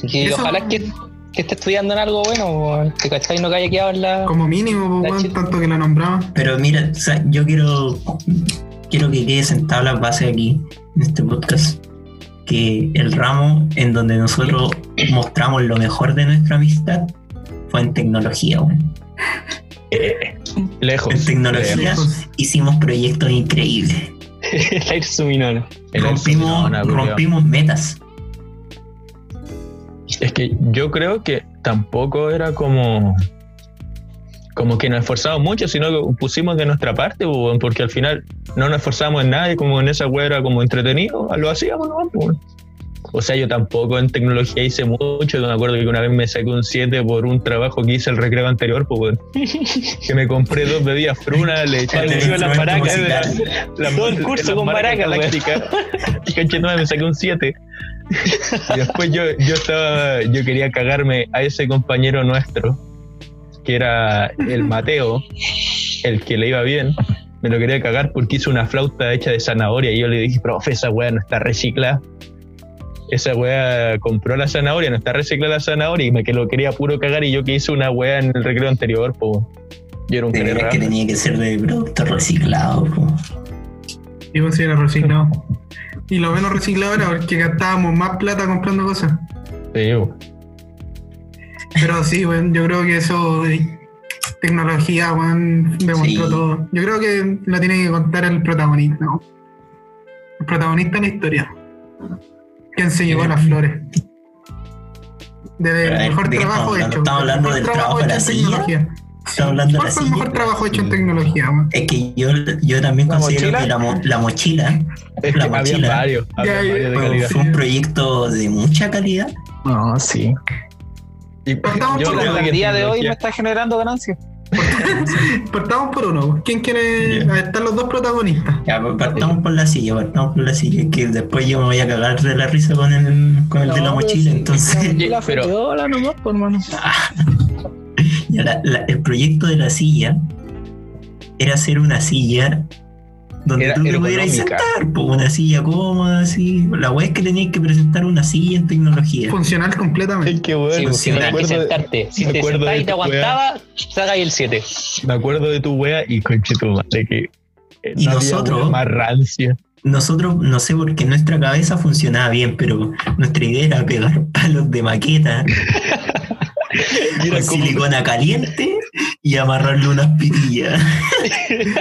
Speaker 3: Y
Speaker 2: Eso-
Speaker 3: ojalá que, que esté estudiando en algo bueno, bo. Te cachai, no que haya quedado en la.
Speaker 2: Como mínimo, po,
Speaker 3: La
Speaker 2: weón,
Speaker 3: chi-
Speaker 2: tanto que lo nombraba.
Speaker 1: Pero mira, o sea, yo quiero, quiero que quede sentado la base aquí, en este podcast, que el ramo en donde nosotros mostramos lo mejor de nuestra amistad fue en tecnología. weón.
Speaker 5: Lejos.
Speaker 1: En tecnología
Speaker 2: Lejos.
Speaker 1: hicimos proyectos increíbles,
Speaker 3: la Irsuminona.
Speaker 5: En el
Speaker 1: rompimos,
Speaker 5: Sonora, culiao.
Speaker 1: rompimos metas.
Speaker 5: Es que yo creo que tampoco era como como que nos esforzamos mucho, sino que pusimos de nuestra parte, po, weón, porque al final no nos esforzamos en nada y como en esa wea era como entretenido, lo hacíamos nomás, po, weón. O sea, yo tampoco en tecnología hice mucho, me acuerdo que una vez me saqué un 7 por un trabajo que hice el recreo anterior, po,
Speaker 3: [laughs]
Speaker 5: weón. que me compré dos bebidas frunas, le eché
Speaker 3: Cuando iba a la
Speaker 1: Instrumento
Speaker 3: maraca,
Speaker 1: musical.
Speaker 3: Todo el curso con maracas, weón.
Speaker 5: [laughs] Y cachetona me saqué un 7. Y después yo, yo estaba, yo quería cagarme a ese compañero nuestro, que era el Mateo, el que le iba bien. Me lo quería cagar porque hizo una flauta hecha de zanahoria y yo le dije, profe, esa weá no está reciclada. Esa weá compró la zanahoria, no está reciclada la zanahoria y me que lo quería puro cagar y yo que hice una weá en el recreo anterior, po. Yo era un
Speaker 1: De veras
Speaker 5: cagarrabo.
Speaker 1: que tenía que ser de productos reciclados. po.
Speaker 2: Y vos sí era reciclado. Y lo menos reciclado era porque gastábamos más plata comprando cosas.
Speaker 5: Sí, po.
Speaker 2: Pero sí, weón, yo creo que eso de tecnología, weón, demostró
Speaker 1: Sí.
Speaker 2: todo. Yo creo que la tiene que contar el protagonista, ¿no? El protagonista de la historia. ¿Quién se llevó las flores? Del
Speaker 1: Pero a ver,
Speaker 2: mejor
Speaker 1: ¿de qué estamos
Speaker 2: trabajo
Speaker 1: hablando?
Speaker 2: hecho.
Speaker 1: ¿Estamos hablando
Speaker 2: Mejor
Speaker 1: del trabajo de
Speaker 2: hecho
Speaker 1: la
Speaker 2: en tecnología.
Speaker 1: Está hablando
Speaker 2: ¿Cuál
Speaker 1: la
Speaker 2: fue el mejor
Speaker 1: silla.
Speaker 2: trabajo hecho en tecnología, weón?
Speaker 1: Es que yo, yo también
Speaker 4: ¿La
Speaker 1: considero
Speaker 4: mochila?
Speaker 1: que la, mo- la mochila
Speaker 5: Es que
Speaker 1: La
Speaker 5: había
Speaker 1: mochila.
Speaker 5: varios, había
Speaker 2: Ya, ya.
Speaker 5: varios de
Speaker 1: fue,
Speaker 5: calidad.
Speaker 1: fue un proyecto de mucha calidad.
Speaker 4: No, sí.
Speaker 5: Y
Speaker 2: Partamos
Speaker 5: yo
Speaker 2: por
Speaker 5: creo
Speaker 2: la
Speaker 5: que
Speaker 4: El día de hoy me
Speaker 5: tecnología-
Speaker 4: está generando ganancias.
Speaker 2: Partamos por uno. ¿Quién quiere?
Speaker 1: Ya.
Speaker 2: a ver, Están los dos protagonistas.
Speaker 1: Ya, pues, partamos por la silla, partamos por la silla, que después yo me voy a cagar de la risa con el, con el de la
Speaker 4: No, pero
Speaker 1: mochila.
Speaker 4: sí,
Speaker 1: Entonces,
Speaker 4: La mochila fue
Speaker 5: pero-
Speaker 4: piola nomás, pues, hermano.
Speaker 1: [laughs] ya la- la- el proyecto de la silla era hacer una silla donde
Speaker 5: Era
Speaker 1: tú te pudieras
Speaker 5: ergonómica.
Speaker 1: sentar, pues, una silla cómoda, así. La wea es que tenías que presentar una silla en tecnología.
Speaker 2: Funcional completamente.
Speaker 5: Ay, qué bueno,
Speaker 3: Sí,
Speaker 5: sí,
Speaker 3: pues, si
Speaker 5: me,
Speaker 3: tenías que
Speaker 5: acuerdo de,
Speaker 3: sentarte. Si
Speaker 5: me
Speaker 3: te
Speaker 5: acuerdo
Speaker 3: sentás
Speaker 5: de
Speaker 3: y te
Speaker 5: tu wea.
Speaker 3: aguantaba, sacas el 7.
Speaker 5: me acuerdo de tu wea y coche tu madre que eh,
Speaker 1: Y
Speaker 5: no había
Speaker 1: nosotros-
Speaker 5: wea más rancia.
Speaker 1: Nosotros, no sé por qué nuestra cabeza funcionaba bien, pero nuestra idea era pegar [laughs] palos de maqueta
Speaker 5: Y
Speaker 1: con
Speaker 5: era como,
Speaker 1: silicona caliente y amarrarle unas pitillas.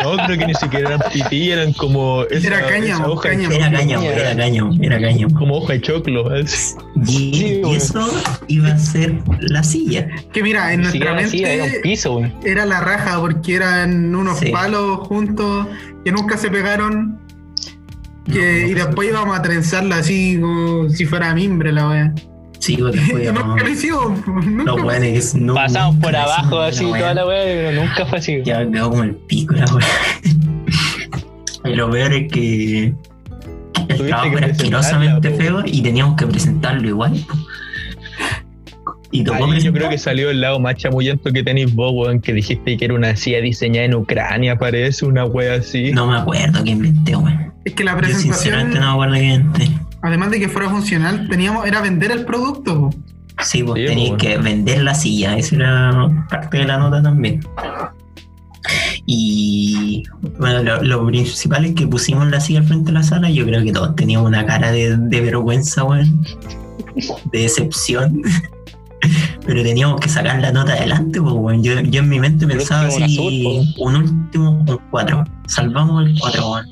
Speaker 5: no, creo que ni siquiera eran pití, eran como esa,
Speaker 2: Era cáñamo,
Speaker 5: esa hoja de
Speaker 2: cáñamo.
Speaker 1: Era cañón, era cañón, era
Speaker 5: choclo,
Speaker 1: cañón.
Speaker 5: como hoja de choclo. así.
Speaker 1: Y,
Speaker 3: Sí,
Speaker 1: y
Speaker 3: güey.
Speaker 1: eso iba a ser la silla.
Speaker 2: Que mira, en
Speaker 3: Ni
Speaker 2: nuestra
Speaker 3: siquiera era así, era un
Speaker 2: mente
Speaker 3: piso, güey.
Speaker 2: era la raja porque eran unos
Speaker 1: Sí.
Speaker 2: palos juntos que nunca se pegaron. que- y después íbamos a trenzarla así como si fuera mimbre la wea.
Speaker 1: Sí, porque
Speaker 2: [laughs] Y
Speaker 1: después
Speaker 2: nunca lo hicimos. [laughs] nunca
Speaker 1: los
Speaker 2: lo
Speaker 1: weones no-
Speaker 3: Pasamos por
Speaker 1: nunca
Speaker 3: abajo, así,
Speaker 1: hicimos
Speaker 3: toda
Speaker 1: una
Speaker 3: la
Speaker 1: wea.
Speaker 3: wea, pero nunca fue así.
Speaker 1: Ya me quedó como el pico la wea. Y lo peor es que el
Speaker 5: Tuviste
Speaker 1: trabajo
Speaker 5: que
Speaker 1: era
Speaker 5: presentarla,
Speaker 1: asquerosamente
Speaker 5: po.
Speaker 1: feo y teníamos que presentarlo igual. po. Y tocó
Speaker 5: Ahí yo
Speaker 1: presentar-
Speaker 5: creo que salió el lado más chamullento que tenéis vos, weón, que dijiste que era una silla diseñada en Ucrania, parece una wea así.
Speaker 1: No me acuerdo quién inventé, weón.
Speaker 2: Es que la
Speaker 1: Yo
Speaker 2: presentación,
Speaker 1: sinceramente no me acuerdo quién inventé.
Speaker 2: además de que fuera funcional, teníamos era vender el producto. po.
Speaker 1: Sí, vos
Speaker 5: Sí,
Speaker 1: tenías
Speaker 5: pues.
Speaker 1: que vender la silla, esa era parte de la nota también. Y bueno, lo, lo principal es que pusimos la silla al frente de la sala y yo creo que todos teníamos una cara de, de vergüenza, weón, de decepción. [laughs] Pero teníamos que sacar la nota adelante, pues, weón. Yo, yo en mi mente pensaba
Speaker 3: último, un azul, pues.
Speaker 1: así, un último, un 4. Salvamos el 4, weón.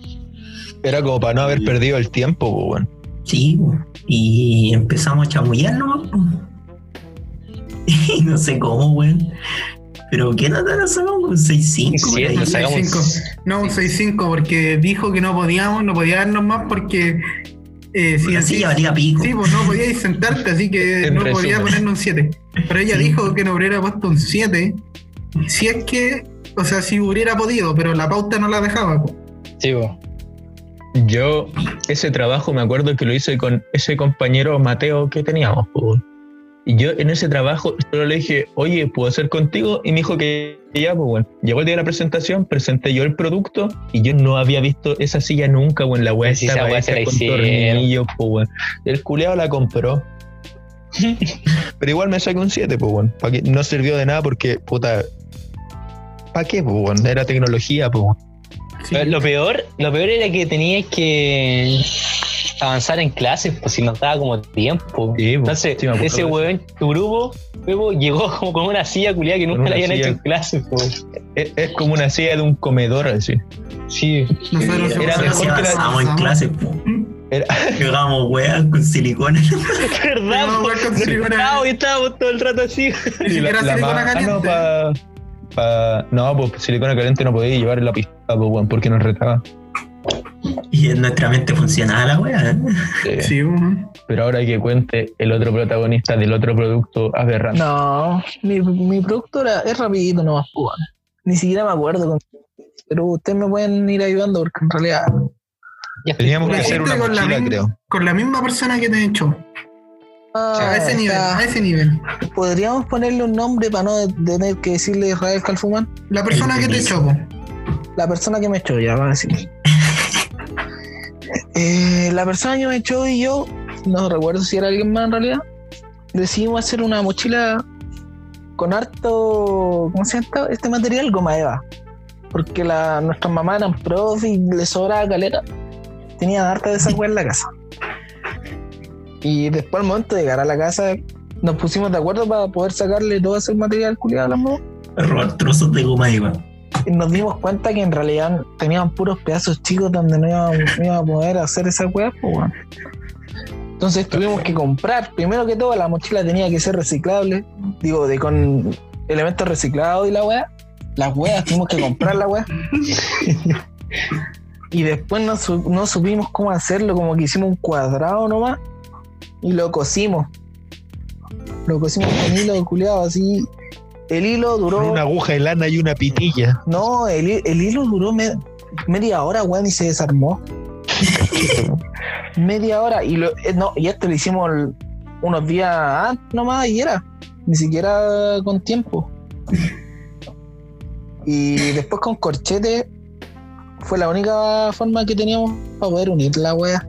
Speaker 5: Era como para no haber perdido el tiempo, weón.
Speaker 1: Sí, po. y empezamos a chamullar nomás, po. [laughs] Y no sé cómo, weón. Pero ¿qué nota nos sacamos? ¿Un 6-5? por
Speaker 3: Sí,
Speaker 1: ahí.
Speaker 3: nos sacamos
Speaker 2: cinco. No, un 6.5 porque dijo que no podíamos, no podía darnos más porque eh, si
Speaker 1: La
Speaker 2: así-
Speaker 1: silla valía pico.
Speaker 2: Sí, pues no podíais sentarte, así que
Speaker 5: En
Speaker 2: no podía
Speaker 5: resumen.
Speaker 2: ponernos un 7. Pero ella
Speaker 1: Sí.
Speaker 2: dijo que no hubiera puesto un 7. Si es que, o sea, si hubiera podido, pero la pauta no la dejaba. po.
Speaker 3: Sí, güey.
Speaker 5: Yo, ese trabajo me acuerdo que lo hice con ese compañero Mateo que teníamos, po, weón. Y yo en ese trabajo solo le dije, oye, ¿puedo hacer contigo? Y me dijo que ya, pues bueno. Llegó el día de la presentación, presenté yo el producto y yo no había visto esa silla nunca, weón. La weá
Speaker 3: Sí, esa
Speaker 5: estaba
Speaker 3: weá se
Speaker 5: hecha
Speaker 3: la
Speaker 5: con
Speaker 3: hicieron.
Speaker 5: tornillos, pues weón. El culeado la compró. [laughs] Pero igual me saqué un 7, pues weón. Pa' que- No sirvió de nada porque, puta. ¿Para qué, pues weón? Era tecnología, pues weón.
Speaker 2: Sí.
Speaker 3: Pero Lo peor, lo peor era que tenías que avanzar en clases, pues si no daba como tiempo.
Speaker 5: Sí, pues,
Speaker 3: Entonces,
Speaker 5: sí me acuerdo
Speaker 3: ese
Speaker 5: de eso.
Speaker 3: weón, tu grupo, luego llegó como con una silla culiada que nunca
Speaker 5: una
Speaker 3: le habían
Speaker 5: silla.
Speaker 3: hecho en clases, pues.
Speaker 5: Es, es como una silla de un comedor, así.
Speaker 3: Sí.
Speaker 2: Nosotros
Speaker 1: Era
Speaker 5: mejor
Speaker 1: mejor
Speaker 5: que
Speaker 1: que
Speaker 5: la-
Speaker 1: avanzamos en clase, po.
Speaker 5: Era-
Speaker 1: Llegamos, weón, con silicona.
Speaker 3: ¿Verdad?
Speaker 2: No,
Speaker 3: po?
Speaker 2: weón, con
Speaker 3: [laughs]
Speaker 2: silicona.
Speaker 3: No, y estábamos todo el rato así.
Speaker 2: Ni siquiera silicona caliente.
Speaker 5: pa- ah, pa- no, pues silicona caliente no podía llevar en la pista, pues, weón, porque nos
Speaker 2: [laughs]
Speaker 5: retaba.
Speaker 1: Y en nuestra mente funcionaba la weá.
Speaker 5: Eh,
Speaker 2: Sí, pues. ujú.
Speaker 5: Pero ahora que cuente el otro protagonista del otro producto aberrante.
Speaker 4: No, mi, mi producto era- es rapidito nomás, pues, bueno. Ni siquiera me acuerdo. con- Pero ustedes me pueden ir ayudando porque en realidad
Speaker 3: Ya estoy
Speaker 5: Teníamos
Speaker 2: Lo
Speaker 5: que
Speaker 3: curado.
Speaker 5: hacer
Speaker 2: hiciste
Speaker 5: una
Speaker 2: con la,
Speaker 5: mochila,
Speaker 2: misma-
Speaker 5: creo.
Speaker 2: con la misma persona que te echó.
Speaker 4: Ah,
Speaker 2: a ese nivel,
Speaker 4: está.
Speaker 2: a ese nivel.
Speaker 4: Podríamos ponerle un nombre para no tener que decirle Israel Calfumán.
Speaker 2: La persona
Speaker 1: El
Speaker 2: que te
Speaker 1: Denise.
Speaker 2: echó. po.
Speaker 4: La persona que me echó, ya va a decir. Eh, la persona que me echó y yo, no recuerdo si era alguien más en realidad, decidimos hacer una mochila con harto, ¿cómo se llama? esta- Este material, goma eva. Porque la, nuestras mamás eran prof y les sobraba caleta. Tenían harta de esa weá en la casa. Y después al momento de llegar a la casa, nos pusimos de acuerdo para poder sacarle todo ese material culiado a las mamás
Speaker 1: Robar trozos de goma iba.
Speaker 4: y nos dimos cuenta que en realidad tenían puros pedazos chicos donde no íbamos, no íbamos a poder hacer esa weá, pues, weón. Entonces tuvimos que comprar, primero que todo, la mochila tenía que ser reciclable, digo, de con elementos reciclados y la weá. Las weas, tuvimos que comprar la wea. y después no, su- no supimos cómo hacerlo, como que hicimos un cuadrado nomás y lo cosimos. Lo cosimos con hilo culiado así. El hilo
Speaker 6: Con
Speaker 4: duró.
Speaker 6: una aguja de lana y una pitilla.
Speaker 4: No, el, hi- el hilo duró me- media hora, weón, y
Speaker 5: [laughs]
Speaker 4: se desarmó. media hora. Y, lo, eh, no, y esto lo hicimos el- unos días antes nomás y era. Ni siquiera con tiempo. Y después con corchete fue la única forma que teníamos para poder unir la wea.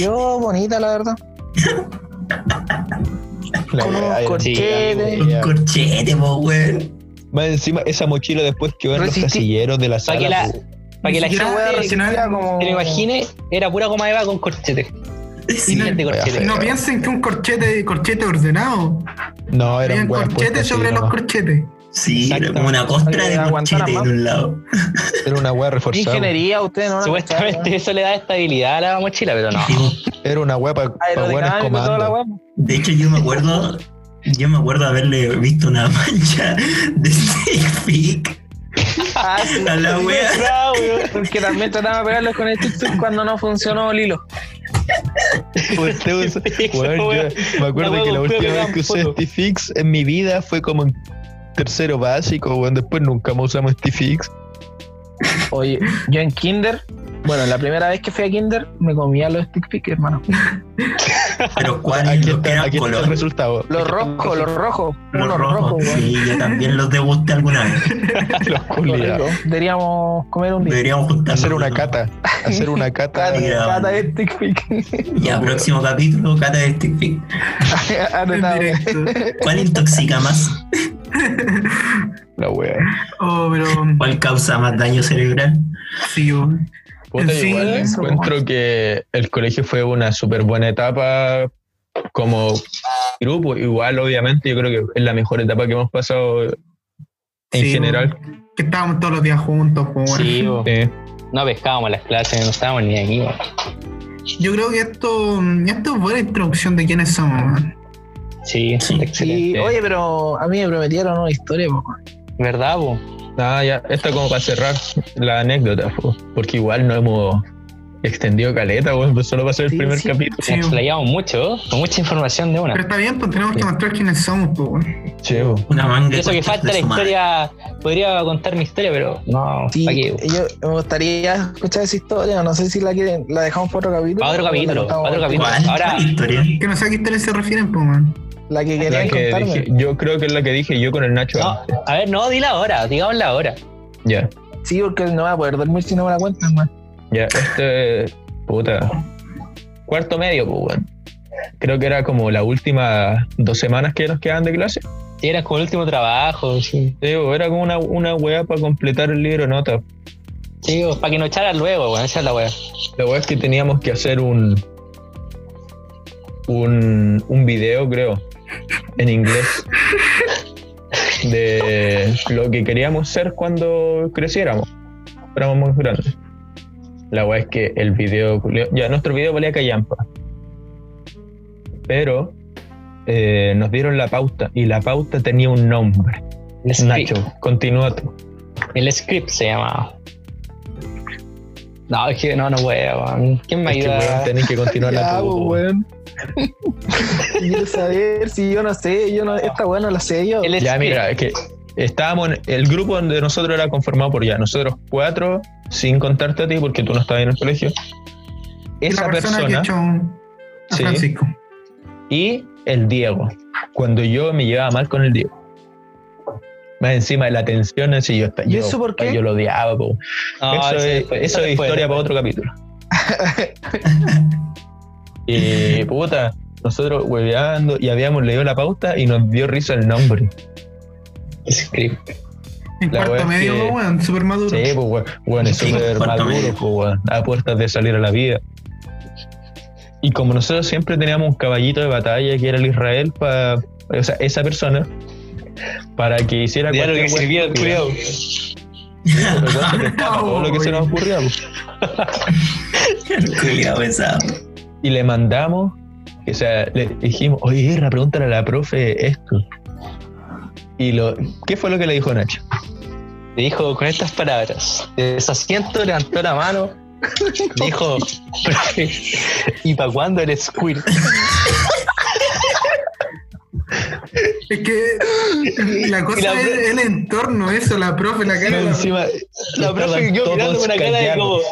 Speaker 4: Yo bonita, la verdad.
Speaker 5: La
Speaker 4: Con
Speaker 5: weá
Speaker 4: unos
Speaker 5: era-
Speaker 4: corchetes.
Speaker 5: Ya.
Speaker 1: Un corchete, po, weón.
Speaker 5: Más encima, esa mochila después quedó en
Speaker 4: Resistí-
Speaker 5: los casilleros de la sala.
Speaker 3: que la-
Speaker 5: pues.
Speaker 3: Para que la
Speaker 2: Siquiera wea
Speaker 3: gente
Speaker 2: racional,
Speaker 3: se lo imagine, era pura goma eva con corchete.
Speaker 1: Sí,
Speaker 3: Miles de corchetes.
Speaker 2: No piensen que un corchete, corchete ordenado.
Speaker 5: No, eran
Speaker 2: Habían
Speaker 5: weas puestas
Speaker 2: corchetes
Speaker 5: así
Speaker 2: sobre los
Speaker 5: nomás.
Speaker 2: corchetes.
Speaker 1: sí era como
Speaker 5: Exacto.
Speaker 1: una costra
Speaker 4: Oye,
Speaker 1: de
Speaker 4: aguantar
Speaker 1: corchete en
Speaker 4: más.
Speaker 1: un lado.
Speaker 5: Era una wea reforzada.
Speaker 4: Ingeniería, ustedes no ¿eh? la
Speaker 3: Supuestamente eso le da estabilidad a la mochila, pero no.
Speaker 1: Digo,
Speaker 5: Era una wea para
Speaker 4: cacharon.
Speaker 5: buenas
Speaker 4: Aerodinámico, toda la
Speaker 5: comandos.
Speaker 4: wea.
Speaker 1: De hecho, yo me acuerdo, yo me acuerdo haberle visto una [laughs] mancha de Snake Peak
Speaker 4: Ah, sí.
Speaker 1: a la
Speaker 4: [laughs]
Speaker 1: wea.
Speaker 4: Porque también trataba de pegarlos con el tuk-tuk cuando no funcionó el hilo.
Speaker 5: Usted usa- Weón, yo me acuerdo
Speaker 3: La wea
Speaker 5: que la
Speaker 3: con
Speaker 5: última
Speaker 3: cueva
Speaker 5: vez
Speaker 3: que
Speaker 5: que usé
Speaker 3: dan foto.
Speaker 5: este fix en mi vida fue como en tercero básico, weón. Después nunca más usamos este fix.
Speaker 4: Oye, yo en Kinder, bueno, la primera vez que fui a Kinder me comía los stick pick, hermano.
Speaker 1: Pero cuáles
Speaker 5: Aquí
Speaker 1: los que
Speaker 5: está,
Speaker 1: eran
Speaker 5: aquí está el
Speaker 1: color.
Speaker 5: resultado. Aquí
Speaker 4: Los
Speaker 5: está el
Speaker 4: rojos, los rojos,
Speaker 1: Los
Speaker 4: unos rojos,
Speaker 1: rojos.
Speaker 4: weón.
Speaker 1: Sí, yo también los degusté alguna
Speaker 5: [laughs]
Speaker 1: vez.
Speaker 5: Los
Speaker 4: Qué
Speaker 5: culiados.
Speaker 4: rico. Deberíamos comer un día.
Speaker 1: Deberíamos juntarnos.
Speaker 5: Hacer una cata. Hacer una cata.
Speaker 4: Cata,
Speaker 1: Mira,
Speaker 4: cata
Speaker 1: vale.
Speaker 4: de stick [laughs] pick.
Speaker 1: Ya, próximo capítulo, cata de Snake Peak.
Speaker 2: En
Speaker 4: Anotado.
Speaker 2: directo.
Speaker 1: ¿Cuál intoxica más?
Speaker 5: La wea.
Speaker 2: Oh, pero
Speaker 1: ¿Cuál causa más daño cerebral?
Speaker 2: sí, oh.
Speaker 5: Puta,
Speaker 2: Sí,
Speaker 5: igual
Speaker 2: eso,
Speaker 5: encuentro que el colegio fue una súper buena etapa como grupo. Igual, obviamente, yo creo que es la mejor etapa que hemos pasado en
Speaker 2: Sí,
Speaker 5: general. eh,
Speaker 2: que estábamos todos los días juntos, pues, bueno.
Speaker 3: Sí, bo.
Speaker 5: Sí.
Speaker 3: no pescábamos las clases, no estábamos ni aquí. bo.
Speaker 2: Yo creo que esto, esto es buena introducción de quiénes somos, man.
Speaker 3: Sí,
Speaker 1: Sí.
Speaker 4: Y,
Speaker 3: excelente.
Speaker 4: oye, pero a mí me prometieron una historia, po.
Speaker 3: ¿Verdad, bo?
Speaker 5: Ah, ya, esto como para cerrar la anécdota, po, porque igual no hemos extendido caleta, weón, pues solo va a ser el
Speaker 4: Sí,
Speaker 5: primer
Speaker 4: sí.
Speaker 5: capítulo.
Speaker 2: Sí,
Speaker 3: Nos
Speaker 2: oh.
Speaker 3: explayamos mucho, oh, con mucha información de
Speaker 2: Pero
Speaker 3: una.
Speaker 2: está bien, pues tenemos que mostrar quiénes somos, pues, bueno.
Speaker 5: Che, po.
Speaker 1: Una manga. de
Speaker 3: Eso que
Speaker 1: conchas
Speaker 3: falta
Speaker 1: de
Speaker 3: la
Speaker 1: su madre.
Speaker 3: historia, podría contar mi historia, pero no,
Speaker 4: Sí, eh,
Speaker 3: ¿para qué? bo?
Speaker 4: yo me gustaría escuchar esa historia. No sé si la quieren, la dejamos para otro capítulo.
Speaker 3: Para otro
Speaker 4: o la
Speaker 3: capítulo,
Speaker 4: contamos
Speaker 3: para otro
Speaker 4: ahora.
Speaker 3: capítulo.
Speaker 1: ¿Cuál?
Speaker 3: Ahora-
Speaker 1: ¿Cuál historia?
Speaker 3: [laughs]
Speaker 2: Que no sé a qué ustedes se refieren, pues, man.
Speaker 4: La que
Speaker 5: La
Speaker 4: querían
Speaker 5: que
Speaker 4: contarme.
Speaker 5: dije- yo creo que es la que dije yo con el Nacho.
Speaker 3: No,
Speaker 5: antes.
Speaker 3: a ver, no, di la hora, digamos la hora.
Speaker 5: Ya,
Speaker 4: Sí, porque no va a poder dormir si no me la cuentan, man.
Speaker 5: ya, este, puta, cuarto medio, pues, weón. Creo que era como las últimas dos semanas que nos quedaban de clase.
Speaker 3: Sí, era como el último trabajo, sí.
Speaker 5: Sí, po, era como una, una weá para completar el libro de notas.
Speaker 3: Sí, bo, para que no echaran luego, weón, esa es la weá.
Speaker 5: La weá es que teníamos que hacer un, un, un video, creo, en inglés, de lo que queríamos ser cuando creciéramos, éramos muy grandes. La weá es que el video, culio- ya nuestro video valía callampa, pero eh, nos dieron la pauta y la pauta tenía un nombre.
Speaker 3: El script,
Speaker 5: Nacho, continúa tú.
Speaker 3: el script se llamaba. No, es que no, no puedo, weón. ¿Quién me
Speaker 5: Es que, weón,
Speaker 3: ayuda?
Speaker 5: tenés que continuar la
Speaker 4: [laughs] Ya,
Speaker 5: tú,
Speaker 4: pues,
Speaker 5: weón.
Speaker 4: weón. Quiero saber si yo no sé, yo no, esta weá no la sé yo.
Speaker 3: El
Speaker 5: Ya,
Speaker 3: script.
Speaker 5: mira, es que estábamos en el grupo donde nosotros era conformado por ya nosotros cuatro, sin contarte a ti porque tú no estabas en el colegio. Esa
Speaker 2: la persona,
Speaker 5: persona,
Speaker 2: que echó a
Speaker 5: Sí.
Speaker 2: Francisco.
Speaker 5: y el Diego. Cuando yo me llevaba mal con el Diego. Más encima de la tensión, así yo, esta-
Speaker 4: ¿Y
Speaker 5: yo,
Speaker 4: eso por qué?
Speaker 5: yo lo odiaba. po.
Speaker 3: No,
Speaker 5: eso
Speaker 3: sí,
Speaker 5: es,
Speaker 3: después,
Speaker 5: eso es
Speaker 3: después,
Speaker 5: historia para otro capítulo.
Speaker 4: [laughs]
Speaker 5: y Eh, puta, nosotros hueveando y habíamos leído la pauta y nos dio risa el nombre.
Speaker 3: El script.
Speaker 2: En
Speaker 5: La
Speaker 2: cuarto
Speaker 5: wea es
Speaker 2: medio,
Speaker 5: que-
Speaker 2: weón, súper maduro.
Speaker 5: Sí, pues, weón, weón, es
Speaker 1: Sí,
Speaker 5: súper
Speaker 1: cuarto
Speaker 5: maduro,
Speaker 1: medio.
Speaker 5: pues, weón, a puertas de salir a la vida. Y como nosotros siempre teníamos un caballito de batalla que era el Israel, para o sea, esa persona, para que hiciera
Speaker 3: Ya lo que
Speaker 5: cualquier weón
Speaker 3: sirvió,
Speaker 5: estúpida.
Speaker 3: cuidado.
Speaker 5: Perdón, se prestaba todo lo que se nos ocurría. pues.
Speaker 1: Cuidado, pesado.
Speaker 5: Y le mandamos, o sea, le dijimos, oye, Irra, pregúntale a la profe esto. Y lo, ¿qué fue lo que le dijo Nacho?
Speaker 3: Le dijo con estas palabras. Desde asiento levantó la mano. Dijo, "Profe, ¿y para cuándo el squirt?
Speaker 2: Es
Speaker 5: [laughs]
Speaker 2: que la cosa
Speaker 3: Y la
Speaker 2: es
Speaker 3: profe-
Speaker 2: el entorno, eso, la profe, la cara.
Speaker 5: Y
Speaker 2: la-
Speaker 5: encima,
Speaker 3: La profe
Speaker 5: estaban
Speaker 3: yo mirando
Speaker 5: todos
Speaker 3: con una cara de como,
Speaker 5: callados.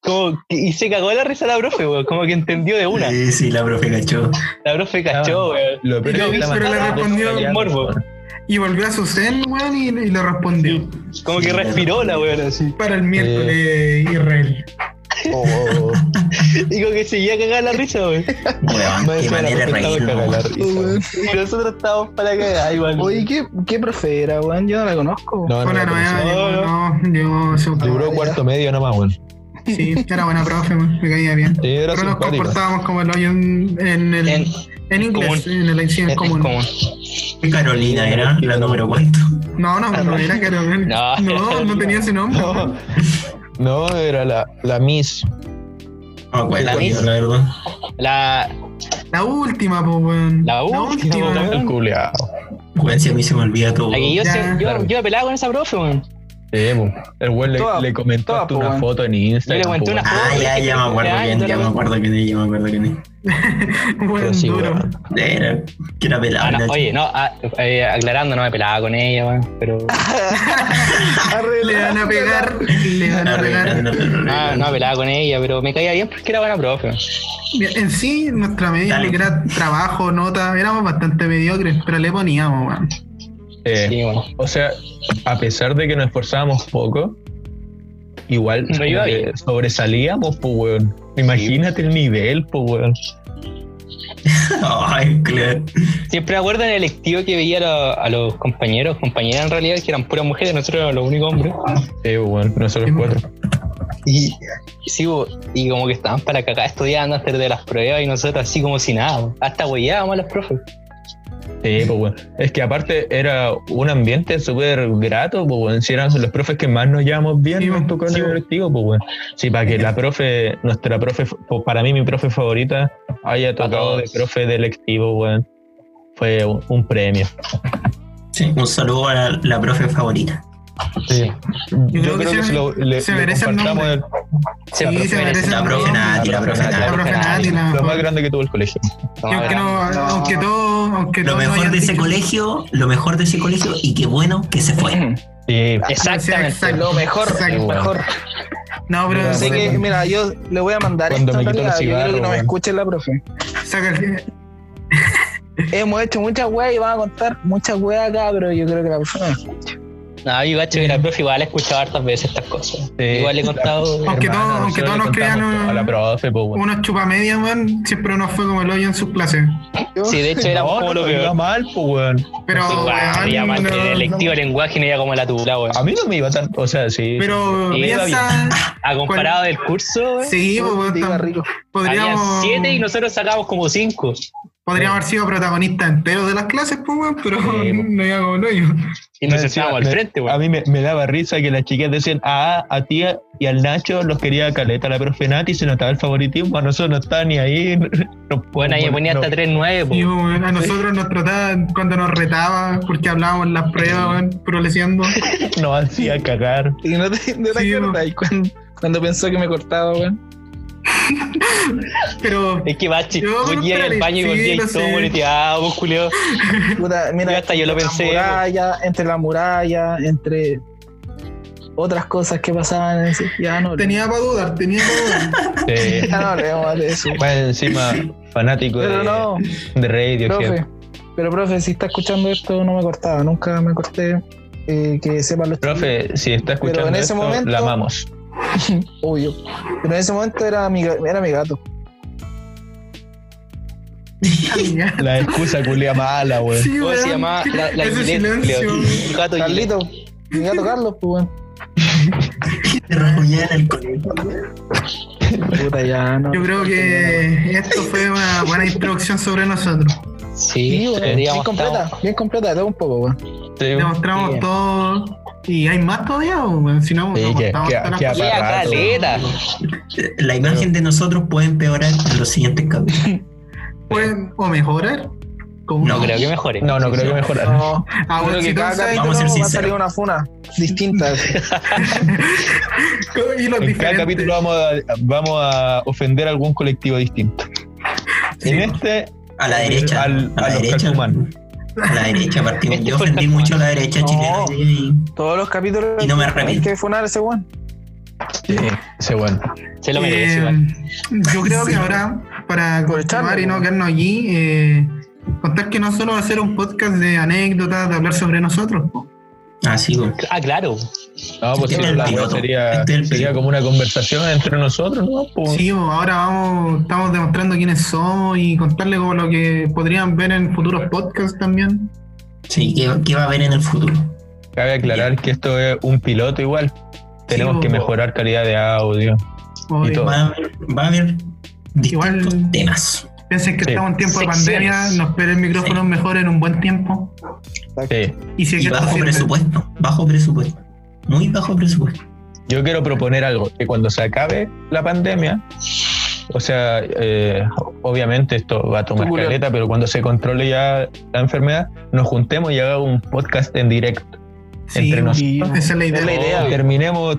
Speaker 3: como- Y se cagó la risa la profe, weón. Como que entendió de una.
Speaker 1: Sí, sí, la profe cachó.
Speaker 3: La profe cachó, weón.
Speaker 5: Lo peor
Speaker 2: Pero-
Speaker 5: es que estaban
Speaker 2: pero le
Speaker 5: todos
Speaker 2: respondió-
Speaker 5: callados,
Speaker 3: Morbo.
Speaker 5: weón.
Speaker 2: Y volvió a su cel, weón, y, y le respondió.
Speaker 3: Como que respiró la weón así.
Speaker 2: Para el
Speaker 5: Eh,
Speaker 2: miércoles, Israel.
Speaker 5: Oh,
Speaker 3: Digo que seguía cagada la risa, weón.
Speaker 1: Weón,
Speaker 5: [laughs] no
Speaker 1: qué
Speaker 5: decía la
Speaker 1: manera de
Speaker 5: profe, estaba
Speaker 1: reírnos.
Speaker 5: cagada la
Speaker 1: weón.
Speaker 5: risa.
Speaker 3: Y nosotros estábamos para cagar, igual.
Speaker 4: Oye, ¿qué, qué profe era, weón? Yo no la conozco. [laughs]
Speaker 5: No, no,
Speaker 2: Hola,
Speaker 5: no,
Speaker 2: nueva,
Speaker 5: no,
Speaker 2: llegó, no, llegó su
Speaker 5: Duró cuarto medio nomás, weón.
Speaker 2: Sí, era buena profe, weón, me caía bien.
Speaker 5: Sí, era
Speaker 2: Pero nos
Speaker 5: simpática.
Speaker 2: comportábamos como el hoyo en, en el.
Speaker 3: En-
Speaker 2: En, inglés, en el sí, en
Speaker 3: Es
Speaker 2: común.
Speaker 3: común.
Speaker 1: Carolina era la número cuánto.
Speaker 2: No, no, no era Carolina.
Speaker 3: No,
Speaker 2: No, no, tenía ese nombre.
Speaker 5: No, no, era la, la Miss.
Speaker 1: No, me
Speaker 3: La
Speaker 1: acuerdo,
Speaker 3: misma.
Speaker 1: Ah, la verdad.
Speaker 3: La,
Speaker 2: La última, pues, weón.
Speaker 3: La última, weón.
Speaker 5: El culeado.
Speaker 1: Weón, si a mí se me olvida todo.
Speaker 3: la que yo,
Speaker 2: Ya.
Speaker 3: se- yo, yo apelaba con esa profe, weón.
Speaker 5: Sí, po. el güey le,
Speaker 4: Toda-
Speaker 5: le comentó
Speaker 4: toda,
Speaker 5: hasta
Speaker 4: po,
Speaker 5: una
Speaker 4: weón.
Speaker 5: foto en
Speaker 3: Yo le
Speaker 5: Instagram.
Speaker 3: comenté
Speaker 5: po,
Speaker 3: una
Speaker 5: weón.
Speaker 1: Ah, ya, ya me acuerdo
Speaker 3: Ay,
Speaker 1: quién,
Speaker 3: no
Speaker 1: ya me
Speaker 3: la-
Speaker 1: acuerdo quién es, ya me acuerdo quién es.
Speaker 5: Pero
Speaker 2: Weón,
Speaker 5: sí,
Speaker 2: duro.
Speaker 5: weón.
Speaker 1: Era, que era pelado.
Speaker 3: Ah, no,
Speaker 1: Nacho.
Speaker 3: oye, no, ah, eh, aclarando, no me pelaba con ella, weón. Pero.
Speaker 2: Le van a pegar, le van a pegar.
Speaker 1: Arreglando,
Speaker 3: No, no me pelaba con ella, pero me caía bien porque era buena profe. weón.
Speaker 2: Mira, En sí, nuestra medida
Speaker 1: Dale.
Speaker 2: que era trabajo, nota, éramos bastante mediocres, pero le poníamos, weón.
Speaker 5: Eh,
Speaker 3: Sí, weón.
Speaker 5: O sea, a pesar de que nos esforzábamos poco, igual
Speaker 3: No iba
Speaker 5: eh,
Speaker 3: bien.
Speaker 5: sobresalíamos, pues, weón. Imagínate el nivel, pues, weón.
Speaker 1: Ay, claro.
Speaker 3: Siempre me acuerdo en el electivo que veía a, lo- a los compañeros, compañeras en realidad, que eran puras mujeres, nosotros éramos los únicos hombres.
Speaker 5: Sí, weón, nosotros cuatro.
Speaker 3: Y, sí, bo, y como que estaban para cagar estudiando, hacer de las pruebas y nosotros así como si nada. bo. Hasta huellábamos a los profes.
Speaker 5: Sí, pues, weón. Es que aparte era un ambiente súper grato, pues, weón. Si eran los profes que más nos llevamos bien,
Speaker 2: Sí,
Speaker 5: nos tocó en
Speaker 2: sí,
Speaker 5: el
Speaker 2: weón.
Speaker 5: directivo, pues, weón. Sí, para que la profe, nuestra profe, pues, para mí mi profe favorita, haya
Speaker 3: Para
Speaker 5: tocado de
Speaker 3: todos.
Speaker 5: profe de electivo, weón. Fue un, un premio.
Speaker 1: Sí, un saludo a la, la profe favorita.
Speaker 5: Sí. Yo,
Speaker 2: creo
Speaker 5: creo
Speaker 2: que
Speaker 5: que,
Speaker 2: se-
Speaker 5: se lo, le,
Speaker 2: se
Speaker 5: le
Speaker 2: merece el
Speaker 5: compartamos
Speaker 2: nombre.
Speaker 5: el-
Speaker 3: Sí,
Speaker 2: Sí, se merece
Speaker 1: La
Speaker 2: el
Speaker 1: profe
Speaker 2: nombre.
Speaker 1: Nati, la profe
Speaker 5: La
Speaker 2: La
Speaker 1: Nati.
Speaker 2: profe Nati, la
Speaker 5: lo más
Speaker 2: mejor.
Speaker 5: grande que tuvo el colegio.
Speaker 2: Y aunque, no, aunque todo, aunque
Speaker 1: Lo
Speaker 2: todo no
Speaker 1: mejor
Speaker 2: hayan
Speaker 1: de ese
Speaker 2: dicho-
Speaker 1: colegio, lo mejor de ese colegio y qué bueno que se
Speaker 3: [laughs]
Speaker 1: fue.
Speaker 5: Sí,
Speaker 2: Exactamente.
Speaker 3: Exactamente.
Speaker 4: Lo mejor,
Speaker 2: Exacto.
Speaker 4: lo mejor.
Speaker 2: No, pero
Speaker 4: [laughs] Así que, mira, yo le voy a mandar
Speaker 5: Cuando
Speaker 4: esto
Speaker 5: me
Speaker 4: en
Speaker 5: quito
Speaker 4: realidad.
Speaker 5: el
Speaker 4: Yo quiero que
Speaker 5: cigarro,
Speaker 4: no me
Speaker 5: weón.
Speaker 4: escuche la profe.
Speaker 2: saca el-
Speaker 4: Hemos hecho muchas weas y van a contar muchas weas acá, pero yo creo que la profe no me escucha.
Speaker 3: No, yo gacho que la profe igual ha escuchado hartas veces estas cosas.
Speaker 5: Sí.
Speaker 3: Igual le he contado.
Speaker 2: Aunque
Speaker 5: hermano,
Speaker 2: todo- aunque todos
Speaker 5: nosotros le
Speaker 2: nos
Speaker 5: contamos
Speaker 2: crean
Speaker 5: todo
Speaker 2: un-
Speaker 5: A la profe, pues, weón.
Speaker 2: unos chupamedias, weón, siempre nos fue como el hoyo en sus clases.
Speaker 4: Yo-
Speaker 3: Sí, de hecho era
Speaker 5: No,
Speaker 3: como
Speaker 5: no
Speaker 3: lo
Speaker 5: me iba
Speaker 3: peor.
Speaker 5: mal, pues, weón.
Speaker 2: Pero,
Speaker 3: Sí, guau, había
Speaker 2: weón,
Speaker 3: más que
Speaker 2: no- Ah,
Speaker 3: el electivo lenguaje no era como la tula, weón.
Speaker 5: A mí no me iba tan. O sea, sí.
Speaker 2: pero
Speaker 3: Sí, iba
Speaker 2: piensa,
Speaker 3: A Ah, comparado del curso, weón,
Speaker 2: sí,
Speaker 4: yo-
Speaker 2: weón,
Speaker 4: diga
Speaker 2: tam-
Speaker 4: rico.
Speaker 3: habían
Speaker 2: podríamos,
Speaker 3: siete y nosotros sacamos como cinco.
Speaker 2: podríamos haber sido protagonistas enteros de las clases, pues, weón, pero
Speaker 5: Sí, po.
Speaker 2: no iba como el hoyo.
Speaker 3: Y nos
Speaker 5: Me decía-
Speaker 3: sentábamos al
Speaker 5: me-
Speaker 3: frente,
Speaker 5: A
Speaker 3: weón.
Speaker 5: mí me, me daba risa que las chicas decían, ah, a ti y al Nacho los quería caleta la profe Nati, se notaba el favoritismo, a nosotros no está ni ahí. [laughs] No,
Speaker 3: Bueno, ahí me ponía hasta 3-9,
Speaker 2: Y,
Speaker 3: po.
Speaker 2: weón, a nosotros nos trataban cuando nos retaba, porque hablábamos en las pruebas, weón, proleseando.
Speaker 5: No hacía cagar.
Speaker 4: Y no te, no te
Speaker 2: Sí,
Speaker 4: acuerdas. Y cuando, cuando pensó que me cortaba, weón.
Speaker 2: Pero
Speaker 3: Es que bachi,
Speaker 2: Yo,
Speaker 3: yo
Speaker 2: pero
Speaker 3: iba al
Speaker 2: espérale,
Speaker 3: baño y
Speaker 2: sí,
Speaker 3: volvía y
Speaker 2: lo
Speaker 3: todo
Speaker 2: sé.
Speaker 3: boleteado, vos, culeo.
Speaker 4: Puta,
Speaker 3: Yo
Speaker 4: mira,
Speaker 3: hasta yo lo
Speaker 4: entre
Speaker 3: pensé,
Speaker 4: La muralla, entre la muralla, entre otras cosas que pasaban. en ese- Ya no,
Speaker 2: tenía para dudar, tenía para dudar.
Speaker 3: [laughs]
Speaker 5: Sí.
Speaker 4: ya no hablemos de
Speaker 5: [laughs]
Speaker 4: eso.
Speaker 5: Más encima, fanático
Speaker 4: Pero
Speaker 5: de,
Speaker 4: no,
Speaker 5: de Radio
Speaker 4: profe. Pero, profe, si está escuchando esto, no me cortaba. Nunca me corté. Eh, que sepan los
Speaker 5: Profe, si está escuchando
Speaker 4: en ese
Speaker 5: esto,
Speaker 4: momento-
Speaker 5: la amamos.
Speaker 4: Obvio. Pero en ese momento era mi, ga- era mi gato.
Speaker 2: Amiga.
Speaker 5: La excusa culia mala, weón.
Speaker 2: Sí,
Speaker 3: ¿Cómo se
Speaker 2: weón,
Speaker 3: llamaba? La, la
Speaker 2: ese
Speaker 3: Gillette,
Speaker 2: silencio.
Speaker 3: culeo. Un gato Gillette.
Speaker 4: Carlito. Mi gato Carlos, pues, weón.
Speaker 1: Te rasguñé en el colegio.
Speaker 4: Puta, ya no.
Speaker 2: Yo creo que esto fue una buena introducción sobre nosotros.
Speaker 4: Sí,
Speaker 3: Sí,
Speaker 4: weón, bien
Speaker 3: digamos,
Speaker 4: completa,
Speaker 3: estábamos-
Speaker 4: bien completa, todo un poco, weón.
Speaker 5: Sí,
Speaker 2: Demostramos
Speaker 3: Bien.
Speaker 2: todo. ¿Y hay más todavía? o, weón? Si no,
Speaker 5: Sí,
Speaker 2: no
Speaker 5: que-
Speaker 2: contamos
Speaker 5: que-
Speaker 2: todas las
Speaker 5: que
Speaker 2: cosas.
Speaker 3: Sí,
Speaker 5: Para
Speaker 3: a
Speaker 5: rato.
Speaker 3: caleta.
Speaker 1: La imagen de nosotros puede empeorar en los siguientes capítulos.
Speaker 2: Pueden- o mejorar, ¿Cómo?
Speaker 3: No creo que mejore.
Speaker 5: No, no creo que mejorara.
Speaker 4: No,
Speaker 2: Ah, bueno,
Speaker 4: creo
Speaker 2: si
Speaker 4: que
Speaker 2: tú
Speaker 4: cada
Speaker 2: sabes-
Speaker 4: capítulo
Speaker 1: Vamos a ser
Speaker 4: va a
Speaker 1: sinceros.
Speaker 4: salir una funa distinta.
Speaker 2: y los
Speaker 5: En cada
Speaker 2: diferentes.
Speaker 5: capítulo vamos a, vamos a ofender a algún colectivo distinto. En este,
Speaker 1: A la derecha.
Speaker 5: Al-
Speaker 1: a
Speaker 5: a
Speaker 1: la
Speaker 5: los
Speaker 1: derecha.
Speaker 5: Cacumán.
Speaker 1: A la derecha partimos.
Speaker 3: Este
Speaker 1: Yo
Speaker 3: fue
Speaker 1: ofendí
Speaker 3: Cacumán.
Speaker 1: mucho a la derecha
Speaker 4: No.
Speaker 1: chilena y,
Speaker 4: Todos los capítulos
Speaker 1: y no me
Speaker 4: hay
Speaker 1: arrepiento.
Speaker 4: que funar ese weón.
Speaker 5: sí, ese bueno.
Speaker 3: Se lo merece
Speaker 2: Eh,
Speaker 3: igual.
Speaker 2: Yo creo que
Speaker 1: Sí.
Speaker 2: ahora, para continuar
Speaker 4: echarlo,
Speaker 2: y no
Speaker 4: pues.
Speaker 2: quedarnos allí, eh, contar que no solo va a ser un podcast de anécdotas, de hablar sobre nosotros, po.
Speaker 1: Ah, sí, güey.
Speaker 3: Ah, claro.
Speaker 5: No, pues
Speaker 1: Este
Speaker 5: sí,
Speaker 1: es el
Speaker 5: la-
Speaker 1: piloto.
Speaker 5: sería,
Speaker 1: Este es el
Speaker 5: sería
Speaker 1: piloto.
Speaker 5: como una conversación entre nosotros, ¿no? Pues,
Speaker 2: Sí, po, ahora vamos, estamos demostrando quiénes somos y contarles como lo que podrían ver en futuros podcasts también.
Speaker 1: Sí, ¿qué, qué va a haber en el futuro?
Speaker 5: Cabe aclarar que esto es un piloto igual. Tenemos
Speaker 2: Sí,
Speaker 5: que
Speaker 2: po.
Speaker 5: mejorar calidad de audio.
Speaker 2: Obvio.
Speaker 5: todo.
Speaker 1: Va a haber, va a haber
Speaker 2: Igual-
Speaker 1: distintos temas.
Speaker 2: Piensen que
Speaker 5: Sí.
Speaker 2: estamos en tiempo de
Speaker 3: Secciones.
Speaker 2: pandemia, nos esperen micrófonos mejor en un buen tiempo.
Speaker 5: Sí.
Speaker 2: Y si
Speaker 1: Y
Speaker 2: es que esto
Speaker 1: bajo
Speaker 2: sirve.
Speaker 1: presupuesto. Bajo presupuesto. Muy bajo presupuesto.
Speaker 5: Yo quiero proponer algo, que cuando se acabe la pandemia, o sea, eh, obviamente esto va a tomar
Speaker 4: Tubular.
Speaker 5: caleta, pero cuando se controle ya la enfermedad, nos juntemos y hagamos un podcast en directo
Speaker 2: Sí,
Speaker 5: entre
Speaker 2: po,
Speaker 5: nosotros.
Speaker 2: Esa es la idea.
Speaker 4: Es la idea.
Speaker 5: Terminemos,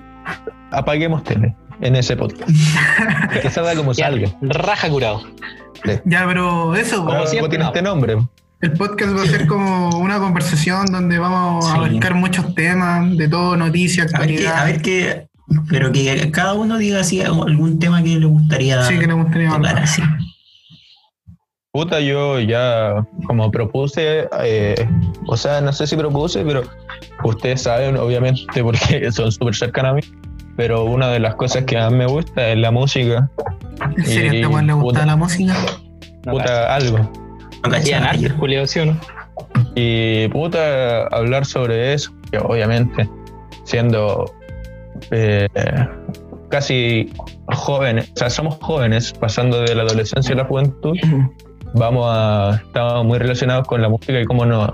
Speaker 5: apaguemos tele en ese podcast. Y que salga como
Speaker 3: Ya,
Speaker 5: salga.
Speaker 3: raja curado.
Speaker 2: Ya, pero eso, po.
Speaker 5: Ahora,
Speaker 3: siempre,
Speaker 5: ¿Cómo tiene
Speaker 3: no.
Speaker 5: este nombre?
Speaker 2: El podcast va a ser como una conversación donde vamos
Speaker 1: Sí.
Speaker 2: a abarcar muchos temas, de todo, noticias,
Speaker 1: A ver qué,
Speaker 2: actualidad.
Speaker 1: a ver qué. Pero que cada uno diga así algún tema que le gustaría
Speaker 2: Sí, que le gustaría
Speaker 1: tocar
Speaker 2: hablar.
Speaker 1: así.
Speaker 5: Puta, yo ya como propuse, eh, o sea, no sé si propuse, pero ustedes saben, obviamente, [laughs] porque son súper cercanos a mí, pero una de las cosas que más me gusta es la música.
Speaker 2: ¿En serio
Speaker 5: Y-
Speaker 2: te weón le gusta
Speaker 1: Eh,
Speaker 5: puta.
Speaker 2: la música?
Speaker 3: No,
Speaker 5: puta,
Speaker 3: cacho.
Speaker 5: algo.
Speaker 1: No
Speaker 3: Y
Speaker 1: cachaba
Speaker 3: anarquía,
Speaker 1: yo.
Speaker 3: Julio, ¿sí o no?
Speaker 5: Y puta, hablar sobre eso, que obviamente, siendo eh, casi jóvenes, o sea, somos jóvenes, pasando de la adolescencia a la juventud, vamos a. estamos muy relacionados con la música y cómo no.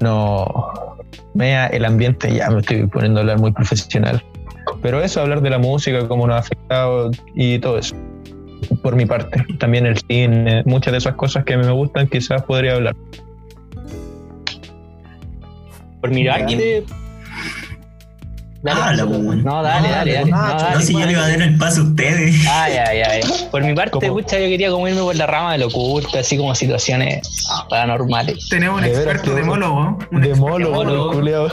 Speaker 5: no. mea el ambiente, ya me estoy poniendo a hablar muy profesional. Pero eso, hablar de la música, cómo nos ha afectado y todo eso. Por mi parte, también el cine, muchas de esas cosas que me gustan, quizás podría hablar.
Speaker 3: Por mi parte. Dale.
Speaker 1: Habla, pues, bueno.
Speaker 3: No, dale, dale, dale. No,
Speaker 4: Nacho,
Speaker 1: No,
Speaker 3: dale. pues.
Speaker 1: si yo le iba a dar el paso a ustedes. [laughs]
Speaker 3: Ay, ay, ay. Por mi parte,
Speaker 5: ¿Cómo?
Speaker 3: pucha, yo quería como irme por la rama de lo oculto, así como situaciones ah, paranormales.
Speaker 2: Tenemos un
Speaker 5: De veras,
Speaker 2: experto
Speaker 5: qué bueno.
Speaker 2: demólogo. un
Speaker 5: De molo,
Speaker 3: molo.
Speaker 5: culiao.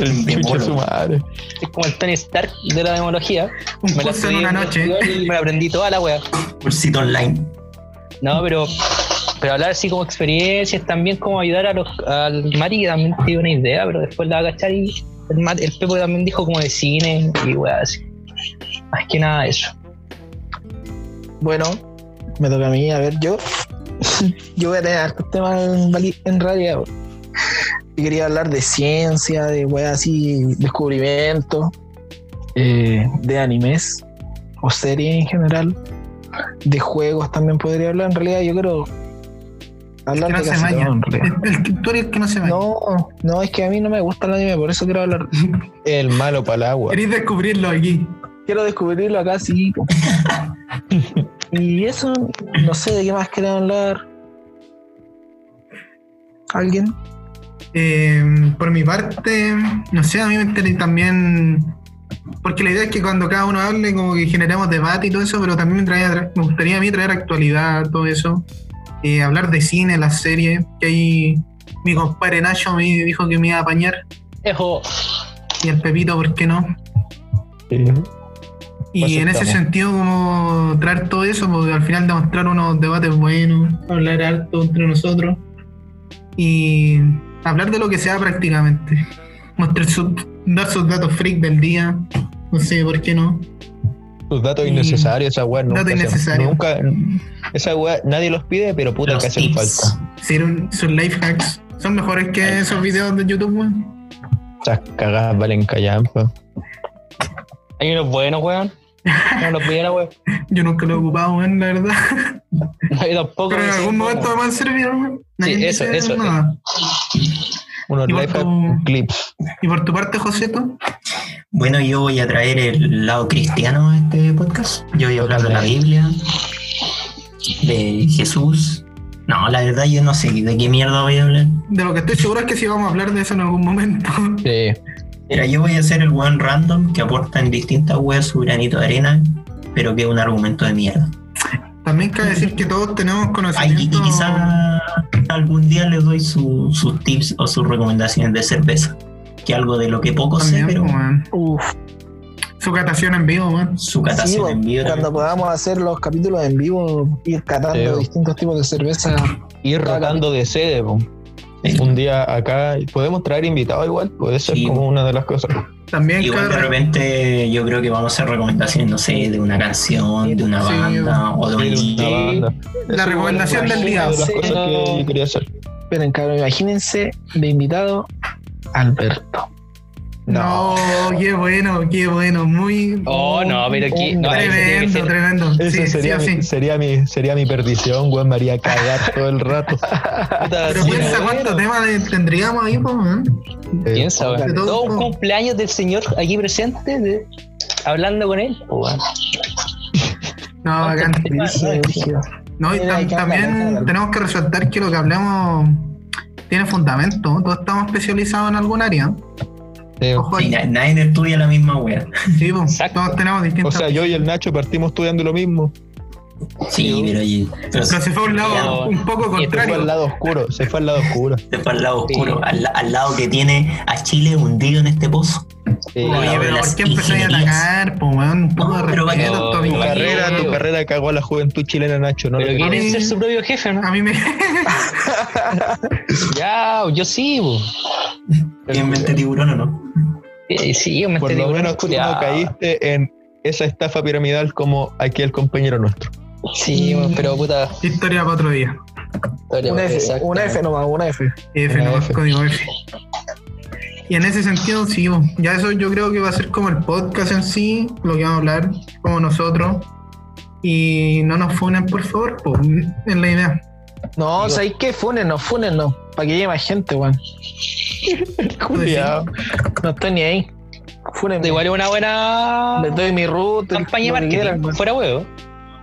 Speaker 5: El
Speaker 1: De
Speaker 5: pinche
Speaker 1: molo.
Speaker 5: su madre.
Speaker 3: Es como el Tony Stark de la demología.
Speaker 2: Un
Speaker 3: Me la
Speaker 2: curso en
Speaker 3: estudié
Speaker 2: una
Speaker 3: en
Speaker 2: noche.
Speaker 3: el y me la aprendí toda la wea.
Speaker 1: Cursito online.
Speaker 3: No, pero, pero hablar así como experiencias, también como ayudar a los, al Mati, que también tiene una idea, pero después la va a cachar y el, Mat- el Pepo también dijo como de cine y wea así. Más que nada eso.
Speaker 4: Bueno, me toca a mí, a ver, yo. [laughs] Yo voy a tener hartos temas en, vali- en realidad. bro. Yo quería hablar de ciencia, de weas así, descubrimientos, eh, de animes o series en general, de juegos también podría hablar. En realidad, yo quiero
Speaker 2: Que
Speaker 4: hablar
Speaker 2: no
Speaker 4: de
Speaker 2: se
Speaker 4: casi
Speaker 2: baña.
Speaker 4: todo, en realidad.
Speaker 2: El- el- Tú eres el que no se baña.
Speaker 4: No, no, es que a mí no me gusta el anime, por eso quiero hablar.
Speaker 5: El malo para el agua.
Speaker 2: Querés descubrirlo aquí.
Speaker 4: Quiero descubrirlo acá, sí. y eso, no sé de qué más quería hablar. ¿Alguien?
Speaker 2: Eh, por mi parte, no sé, a mí me interesa también. Porque la idea es que cuando cada uno hable, como que generemos debate y todo eso, pero también me, trae- me gustaría a mí traer actualidad, todo eso. Eh, hablar de cine, las series, que ahí mi compadre Nacho me dijo que me iba a apañar,
Speaker 3: Ejo,
Speaker 2: y el Pepito, ¿por qué no? Y
Speaker 5: Pues
Speaker 2: en ese
Speaker 5: estamos.
Speaker 2: sentido, como traer todo eso, porque al final demostrar unos debates buenos, hablar harto entre nosotros y hablar de lo que sea prácticamente. Mostrar su- dar sus datos freak del día, no sé por qué no.
Speaker 5: Tus datos
Speaker 2: Y-
Speaker 5: innecesarios, esa weá nunca.
Speaker 2: Datos
Speaker 5: se-
Speaker 2: innecesarios.
Speaker 5: nunca- esa weá nadie los pide, pero puta
Speaker 1: Los
Speaker 5: que hacen
Speaker 1: tips.
Speaker 5: falta.
Speaker 2: Sí, un- sus life hacks son mejores que esos videos de YouTube, weón.
Speaker 5: Esas cagadas valen callampa.
Speaker 3: hay unos buenos, weón. No los pidiera, weón.
Speaker 2: Yo nunca lo he ocupado, weón, la verdad.
Speaker 3: No, [laughs] yo tampoco.
Speaker 2: Pero en
Speaker 3: me
Speaker 2: algún
Speaker 3: siento
Speaker 2: momento
Speaker 3: como-
Speaker 2: me han servido, weón. Nadie me
Speaker 3: eso,
Speaker 2: dice
Speaker 3: eso,
Speaker 2: nada.
Speaker 5: Unos
Speaker 2: Y por
Speaker 5: life hack
Speaker 2: tu-
Speaker 5: clips.
Speaker 2: Y por tu parte, Joseto,
Speaker 1: Bueno, yo voy a traer el lado cristiano a este podcast. Yo voy a hablar de la Biblia, de Jesús, No, la verdad yo no sé de qué mierda voy a hablar.
Speaker 2: De lo que estoy seguro es que sí vamos a hablar de eso en algún momento.
Speaker 3: Sí.
Speaker 1: Mira, yo voy a ser el one random que aporta en distintas webs su granito de arena, pero que es un argumento de mierda.
Speaker 2: También cabe decir que todos tenemos
Speaker 1: Ay, y,
Speaker 2: conocimiento.
Speaker 1: y quizá algún día les doy su- sus tips o sus recomendaciones de cerveza, que algo de lo que poco sé,
Speaker 2: también,
Speaker 1: pero
Speaker 2: pues, weón.
Speaker 4: Uf,
Speaker 2: Su catación en vivo, weón.
Speaker 1: su
Speaker 4: sí,
Speaker 1: catación en
Speaker 4: bueno,
Speaker 1: vivo.
Speaker 4: cuando
Speaker 1: también.
Speaker 4: podamos hacer los capítulos en vivo, ir catando
Speaker 5: Sí.
Speaker 4: distintos tipos de cerveza.
Speaker 5: Ir rotando de sede, po.
Speaker 1: Sí.
Speaker 5: Un día acá podemos traer invitados igual, puede ser
Speaker 1: Sí.
Speaker 5: como una de las cosas.
Speaker 2: También
Speaker 1: Igual de
Speaker 2: cabe-
Speaker 1: repente yo creo que vamos a hacer recomendaciones, no sé, de una canción, de una
Speaker 2: Sí.
Speaker 1: banda o de un
Speaker 5: Sí,
Speaker 1: DJ.
Speaker 5: una banda.
Speaker 2: la recomendación del día.
Speaker 5: Una de las
Speaker 4: Sí,
Speaker 5: cosas que yo quería hacer.
Speaker 4: Pero cabrón, imagínense de invitado Alberto.
Speaker 2: No, qué bueno, qué bueno. Muy.
Speaker 3: Oh, no, pero aquí. No, eso tiene que
Speaker 2: tremendo,
Speaker 3: ser-
Speaker 2: tremendo.
Speaker 5: Esa
Speaker 2: Sí, sí,
Speaker 5: sería, mi,
Speaker 2: así.
Speaker 5: sería, mi, sería mi perdición, weón. Me haría cagar todo el rato.
Speaker 3: puta,
Speaker 2: Pero
Speaker 3: sí,
Speaker 2: piensa
Speaker 3: no,
Speaker 2: cuántos temas de- tendríamos ahí, pues, weón.
Speaker 5: Eh,
Speaker 3: Piensa, weón.
Speaker 2: de todo,
Speaker 3: Todo un
Speaker 2: todo.
Speaker 3: cumpleaños del señor aquí presente, de- hablando con él. po, weón.
Speaker 2: Ah, No,
Speaker 3: ¿Cuántos
Speaker 2: bacán.
Speaker 3: temas?
Speaker 4: Brígido, brígido.
Speaker 2: No, y
Speaker 4: Mira,
Speaker 2: tam-
Speaker 4: hay que hablar, hay que
Speaker 2: también
Speaker 4: hablar.
Speaker 2: tenemos que resaltar que lo que hablamos tiene fundamento. Todos estamos especializados en algún área.
Speaker 5: sí.
Speaker 2: Ojo
Speaker 1: Y
Speaker 2: ahí.
Speaker 1: na- nadie estudia la misma wea.
Speaker 2: Sí, pues,
Speaker 3: Exacto.
Speaker 2: todos tenemos
Speaker 5: O
Speaker 2: distintas.
Speaker 5: sea, yo y el Nacho partimos estudiando lo mismo.
Speaker 1: Sí, pero, y- pero
Speaker 2: pero se fue a un lado
Speaker 3: Claro.
Speaker 2: un poco
Speaker 3: Y este
Speaker 5: Se fue al
Speaker 2: contrario.
Speaker 5: lado oscuro, se fue al lado oscuro.
Speaker 1: se fue al lado
Speaker 3: Sí.
Speaker 1: oscuro, al, la- al lado que tiene a Chile hundido en este pozo.
Speaker 5: Sí.
Speaker 2: Oye, pero ¿por
Speaker 1: Las
Speaker 2: qué empezáis a
Speaker 1: ingenierías.
Speaker 2: atacar? Pues, weón, un poco de
Speaker 1: No, pero va a
Speaker 2: respeto,
Speaker 3: quedar-
Speaker 2: Tommy.
Speaker 5: Tu carrera, tu
Speaker 3: Pero-
Speaker 5: carrera cagó a la juventud chilena, Nacho. No
Speaker 3: Pero
Speaker 5: le
Speaker 3: quieren
Speaker 2: mí-
Speaker 3: ser su propio jefe, ¿no?
Speaker 2: A mí me. [laughs]
Speaker 3: Ya, yo sí, bo.
Speaker 1: ¿Tiene mente tiburón o no?
Speaker 3: Eh, Sí, yo me
Speaker 5: Por
Speaker 3: estoy
Speaker 5: lo menos tú
Speaker 3: culiao.
Speaker 5: no caíste en esa estafa piramidal como aquí el compañero nuestro.
Speaker 3: Sí, bo, pero puta
Speaker 2: Historia para otro día.
Speaker 3: historia.
Speaker 4: Un
Speaker 3: bo,
Speaker 4: F,
Speaker 3: exacto.
Speaker 4: un F nomás, un F.
Speaker 2: F,
Speaker 5: Una
Speaker 2: no,
Speaker 5: F.
Speaker 2: código F. Y en ese sentido, sí, bo. ya eso yo creo que va a ser como el podcast en sí, lo que vamos a hablar, como nosotros. Y no nos funen, por favor, po, es la idea.
Speaker 4: No, ¿sabéis qué? Fúnenos, fúnenos. Para que llegue más gente, weón.
Speaker 5: Culiao.
Speaker 4: No estoy ni ahí. Fúnenme.
Speaker 3: Igual es una buena
Speaker 4: Les doy mi root.
Speaker 3: campaña de
Speaker 4: lo que quieran,
Speaker 3: marketing.
Speaker 4: weón.
Speaker 3: Fuera huevo.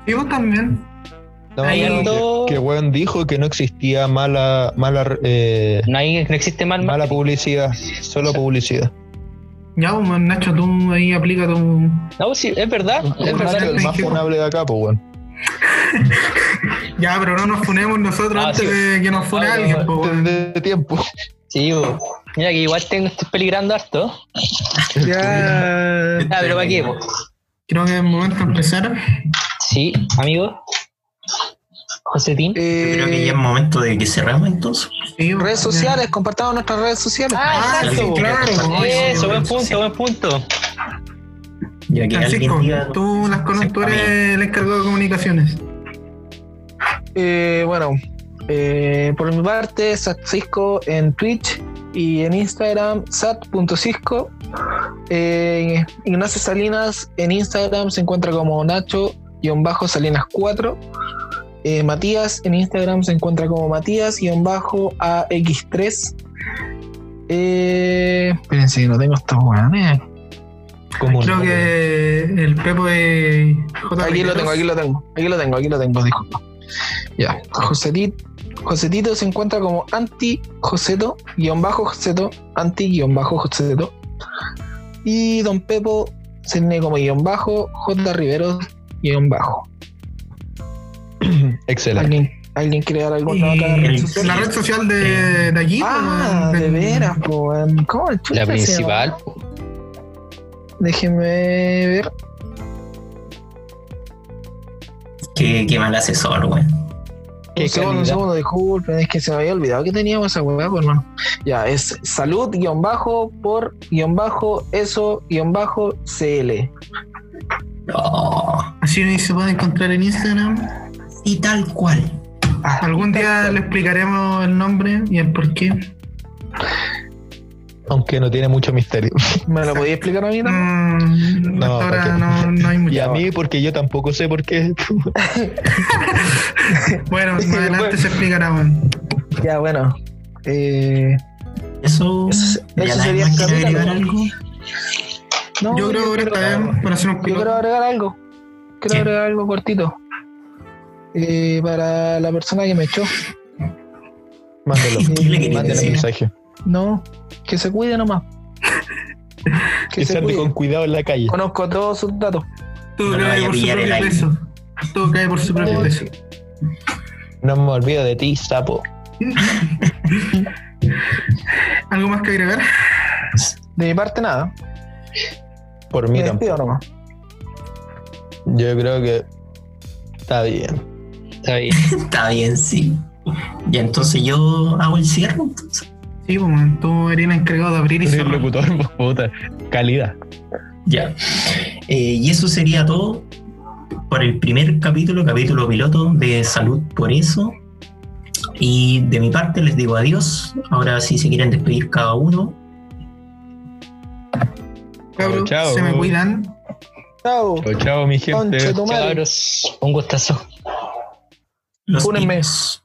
Speaker 2: Y vos también.
Speaker 5: No,
Speaker 2: Ahí ando.
Speaker 5: que, que weón dijo que no existía mala, mala, eh,
Speaker 3: No, hay, no existe mal
Speaker 5: mala
Speaker 3: marketing.
Speaker 5: publicidad, solo publicidad.
Speaker 2: Ya, bo, man, Nacho, tú ahí aplica tu.
Speaker 3: No, sí, es verdad. Es
Speaker 5: Nacho,
Speaker 3: verdad.
Speaker 5: el más funable de acá, pues weón.
Speaker 2: Ya, pero no nos funemos nosotros
Speaker 3: Ah,
Speaker 2: antes
Speaker 3: sí.
Speaker 2: de que nos fune
Speaker 3: Ah,
Speaker 2: alguien, po.
Speaker 5: Antes
Speaker 2: weón.
Speaker 5: de tiempo.
Speaker 3: Sí, bo. Mira que igual tengo, estoy peligrando harto.
Speaker 4: Ya.
Speaker 3: Ah,
Speaker 1: Este,
Speaker 3: pero ¿para qué? bo?
Speaker 2: Creo que es el momento de empezar.
Speaker 3: Sí, amigo. José Tim.
Speaker 1: Yo creo que ya
Speaker 4: Eh,
Speaker 1: es momento de que cerramos entonces.
Speaker 2: Sí, bo.
Speaker 4: redes sociales, compartamos nuestras redes sociales.
Speaker 2: Ah,
Speaker 1: Alguien
Speaker 2: sí,
Speaker 1: quiere
Speaker 2: claro,
Speaker 1: compartir
Speaker 3: Eso,
Speaker 1: su
Speaker 3: buen
Speaker 1: red
Speaker 3: punto,
Speaker 1: social.
Speaker 3: buen punto.
Speaker 1: Ya que
Speaker 2: Francisco,
Speaker 1: alguien diga-
Speaker 2: tú, las conoces, tú eres el encargado de comunicaciones.
Speaker 4: Eh, bueno, eh, por mi parte, Satcisco en Twitch y en Instagram, sat.cisco. Eh, Ignacio Salinas en Instagram se encuentra como Nacho-Salinas4. Eh, Matías en Instagram se encuentra como Matías-AX3. Eh, espérense, no tengo estos weones.
Speaker 5: Como
Speaker 2: Creo
Speaker 5: no, weón.
Speaker 2: que el Pepo de J.
Speaker 4: Aquí lo
Speaker 2: Riqueros.
Speaker 4: tengo, aquí lo tengo, aquí lo tengo, aquí lo tengo, disculpa. Ya, Josetit- Josetito se encuentra como anti Joseto, guión bajo Joseto, anti guión bajo Joseto. Y Don Pepo se tiene como guión bajo, J Riveros guión bajo.
Speaker 5: Excelente.
Speaker 4: ¿Alguien, ¿alguien quiere dar alguna
Speaker 2: Y
Speaker 4: otra red
Speaker 1: el-
Speaker 4: social?
Speaker 2: Eh, La red social de, de aquí.
Speaker 4: Ah,
Speaker 2: pues,
Speaker 4: de veras, po, weón. ¿Cómo el chucha
Speaker 3: La
Speaker 4: se
Speaker 3: principal.
Speaker 4: llama? Déjenme ver.
Speaker 1: Qué, qué mal asesor, weón.
Speaker 5: Qué
Speaker 4: Un segundo, un
Speaker 5: calidad.
Speaker 4: segundo, disculpen, es que se me había olvidado que teníamos esa hueá, pues no. Ya, es salud guión bajo por guión bajo eso guión bajo CL.
Speaker 1: No.
Speaker 2: Así se puede encontrar en Instagram.
Speaker 1: Y tal cual.
Speaker 4: Ah,
Speaker 2: Algún día le explicaremos el nombre y el por qué.
Speaker 5: Aunque no tiene mucho misterio.
Speaker 4: ¿Me lo podía explicar a mí también?
Speaker 2: Mm,
Speaker 5: No,
Speaker 2: hasta ahora
Speaker 5: ¿para qué? [laughs]
Speaker 2: no, no hay
Speaker 5: Y
Speaker 2: mucho.
Speaker 5: a mí, porque yo tampoco sé por qué.
Speaker 2: Bueno,
Speaker 4: [laughs]
Speaker 2: más adelante
Speaker 5: Bueno.
Speaker 2: se explicará. weón.
Speaker 4: Ya, bueno. Eh,
Speaker 1: Eso,
Speaker 4: Eso-
Speaker 1: ya
Speaker 4: eso
Speaker 1: nadie
Speaker 4: sería
Speaker 1: más
Speaker 4: el
Speaker 1: quiere
Speaker 4: capítulo.
Speaker 1: agregar algo.
Speaker 4: no,
Speaker 2: Yo creo que ahora está bien para hacer un
Speaker 4: Yo quiero
Speaker 2: piloto.
Speaker 4: agregar algo. Quiero
Speaker 1: Sí.
Speaker 4: agregar algo cortito. Eh, para la persona que me echó.
Speaker 5: [laughs] [laughs]
Speaker 4: eh,
Speaker 5: Mándelo.
Speaker 1: ¿Qué le quería
Speaker 5: Mándelo el
Speaker 1: decir?
Speaker 5: mensaje.
Speaker 4: No, que se
Speaker 1: [laughs]
Speaker 4: cuide nomás.
Speaker 5: Que
Speaker 4: Que se
Speaker 5: ande
Speaker 4: cuide.
Speaker 5: con cuidado en la calle.
Speaker 4: Conozco todos sus datos.
Speaker 2: Todo
Speaker 1: No le
Speaker 2: cae
Speaker 1: vaya a
Speaker 2: por su
Speaker 1: pillar el
Speaker 2: propio
Speaker 1: aire.
Speaker 2: peso. Todo cae por su propio peso.
Speaker 5: No me olvido de ti, sapo.
Speaker 2: ¿Algo más que agregar?
Speaker 4: De mi parte, nada.
Speaker 5: Por mí [laughs]
Speaker 4: Me
Speaker 5: tampoco.
Speaker 4: despido nomás.
Speaker 5: Yo creo que está bien.
Speaker 3: Está bien.
Speaker 1: Está bien, sí. Y entonces yo hago el cierre. entonces.
Speaker 2: Sí, pues, man, tú eres el encargado de abrir y
Speaker 5: El
Speaker 2: cerrar.
Speaker 5: locutor, puta. Calidad.
Speaker 1: Ya. Eh, y eso sería todo por el primer capítulo, capítulo piloto de Salud por Eso. Y de mi parte les digo adiós. Ahora sí se quieren despedir cada uno.
Speaker 2: Cabros,
Speaker 5: Chao.
Speaker 2: se me cuidan.
Speaker 4: Chao.
Speaker 5: Chao, chao, mi gente.
Speaker 4: Conche tu madre.
Speaker 3: Cabros, un gustazo.
Speaker 1: Los
Speaker 4: Fúnenme.
Speaker 1: pitos.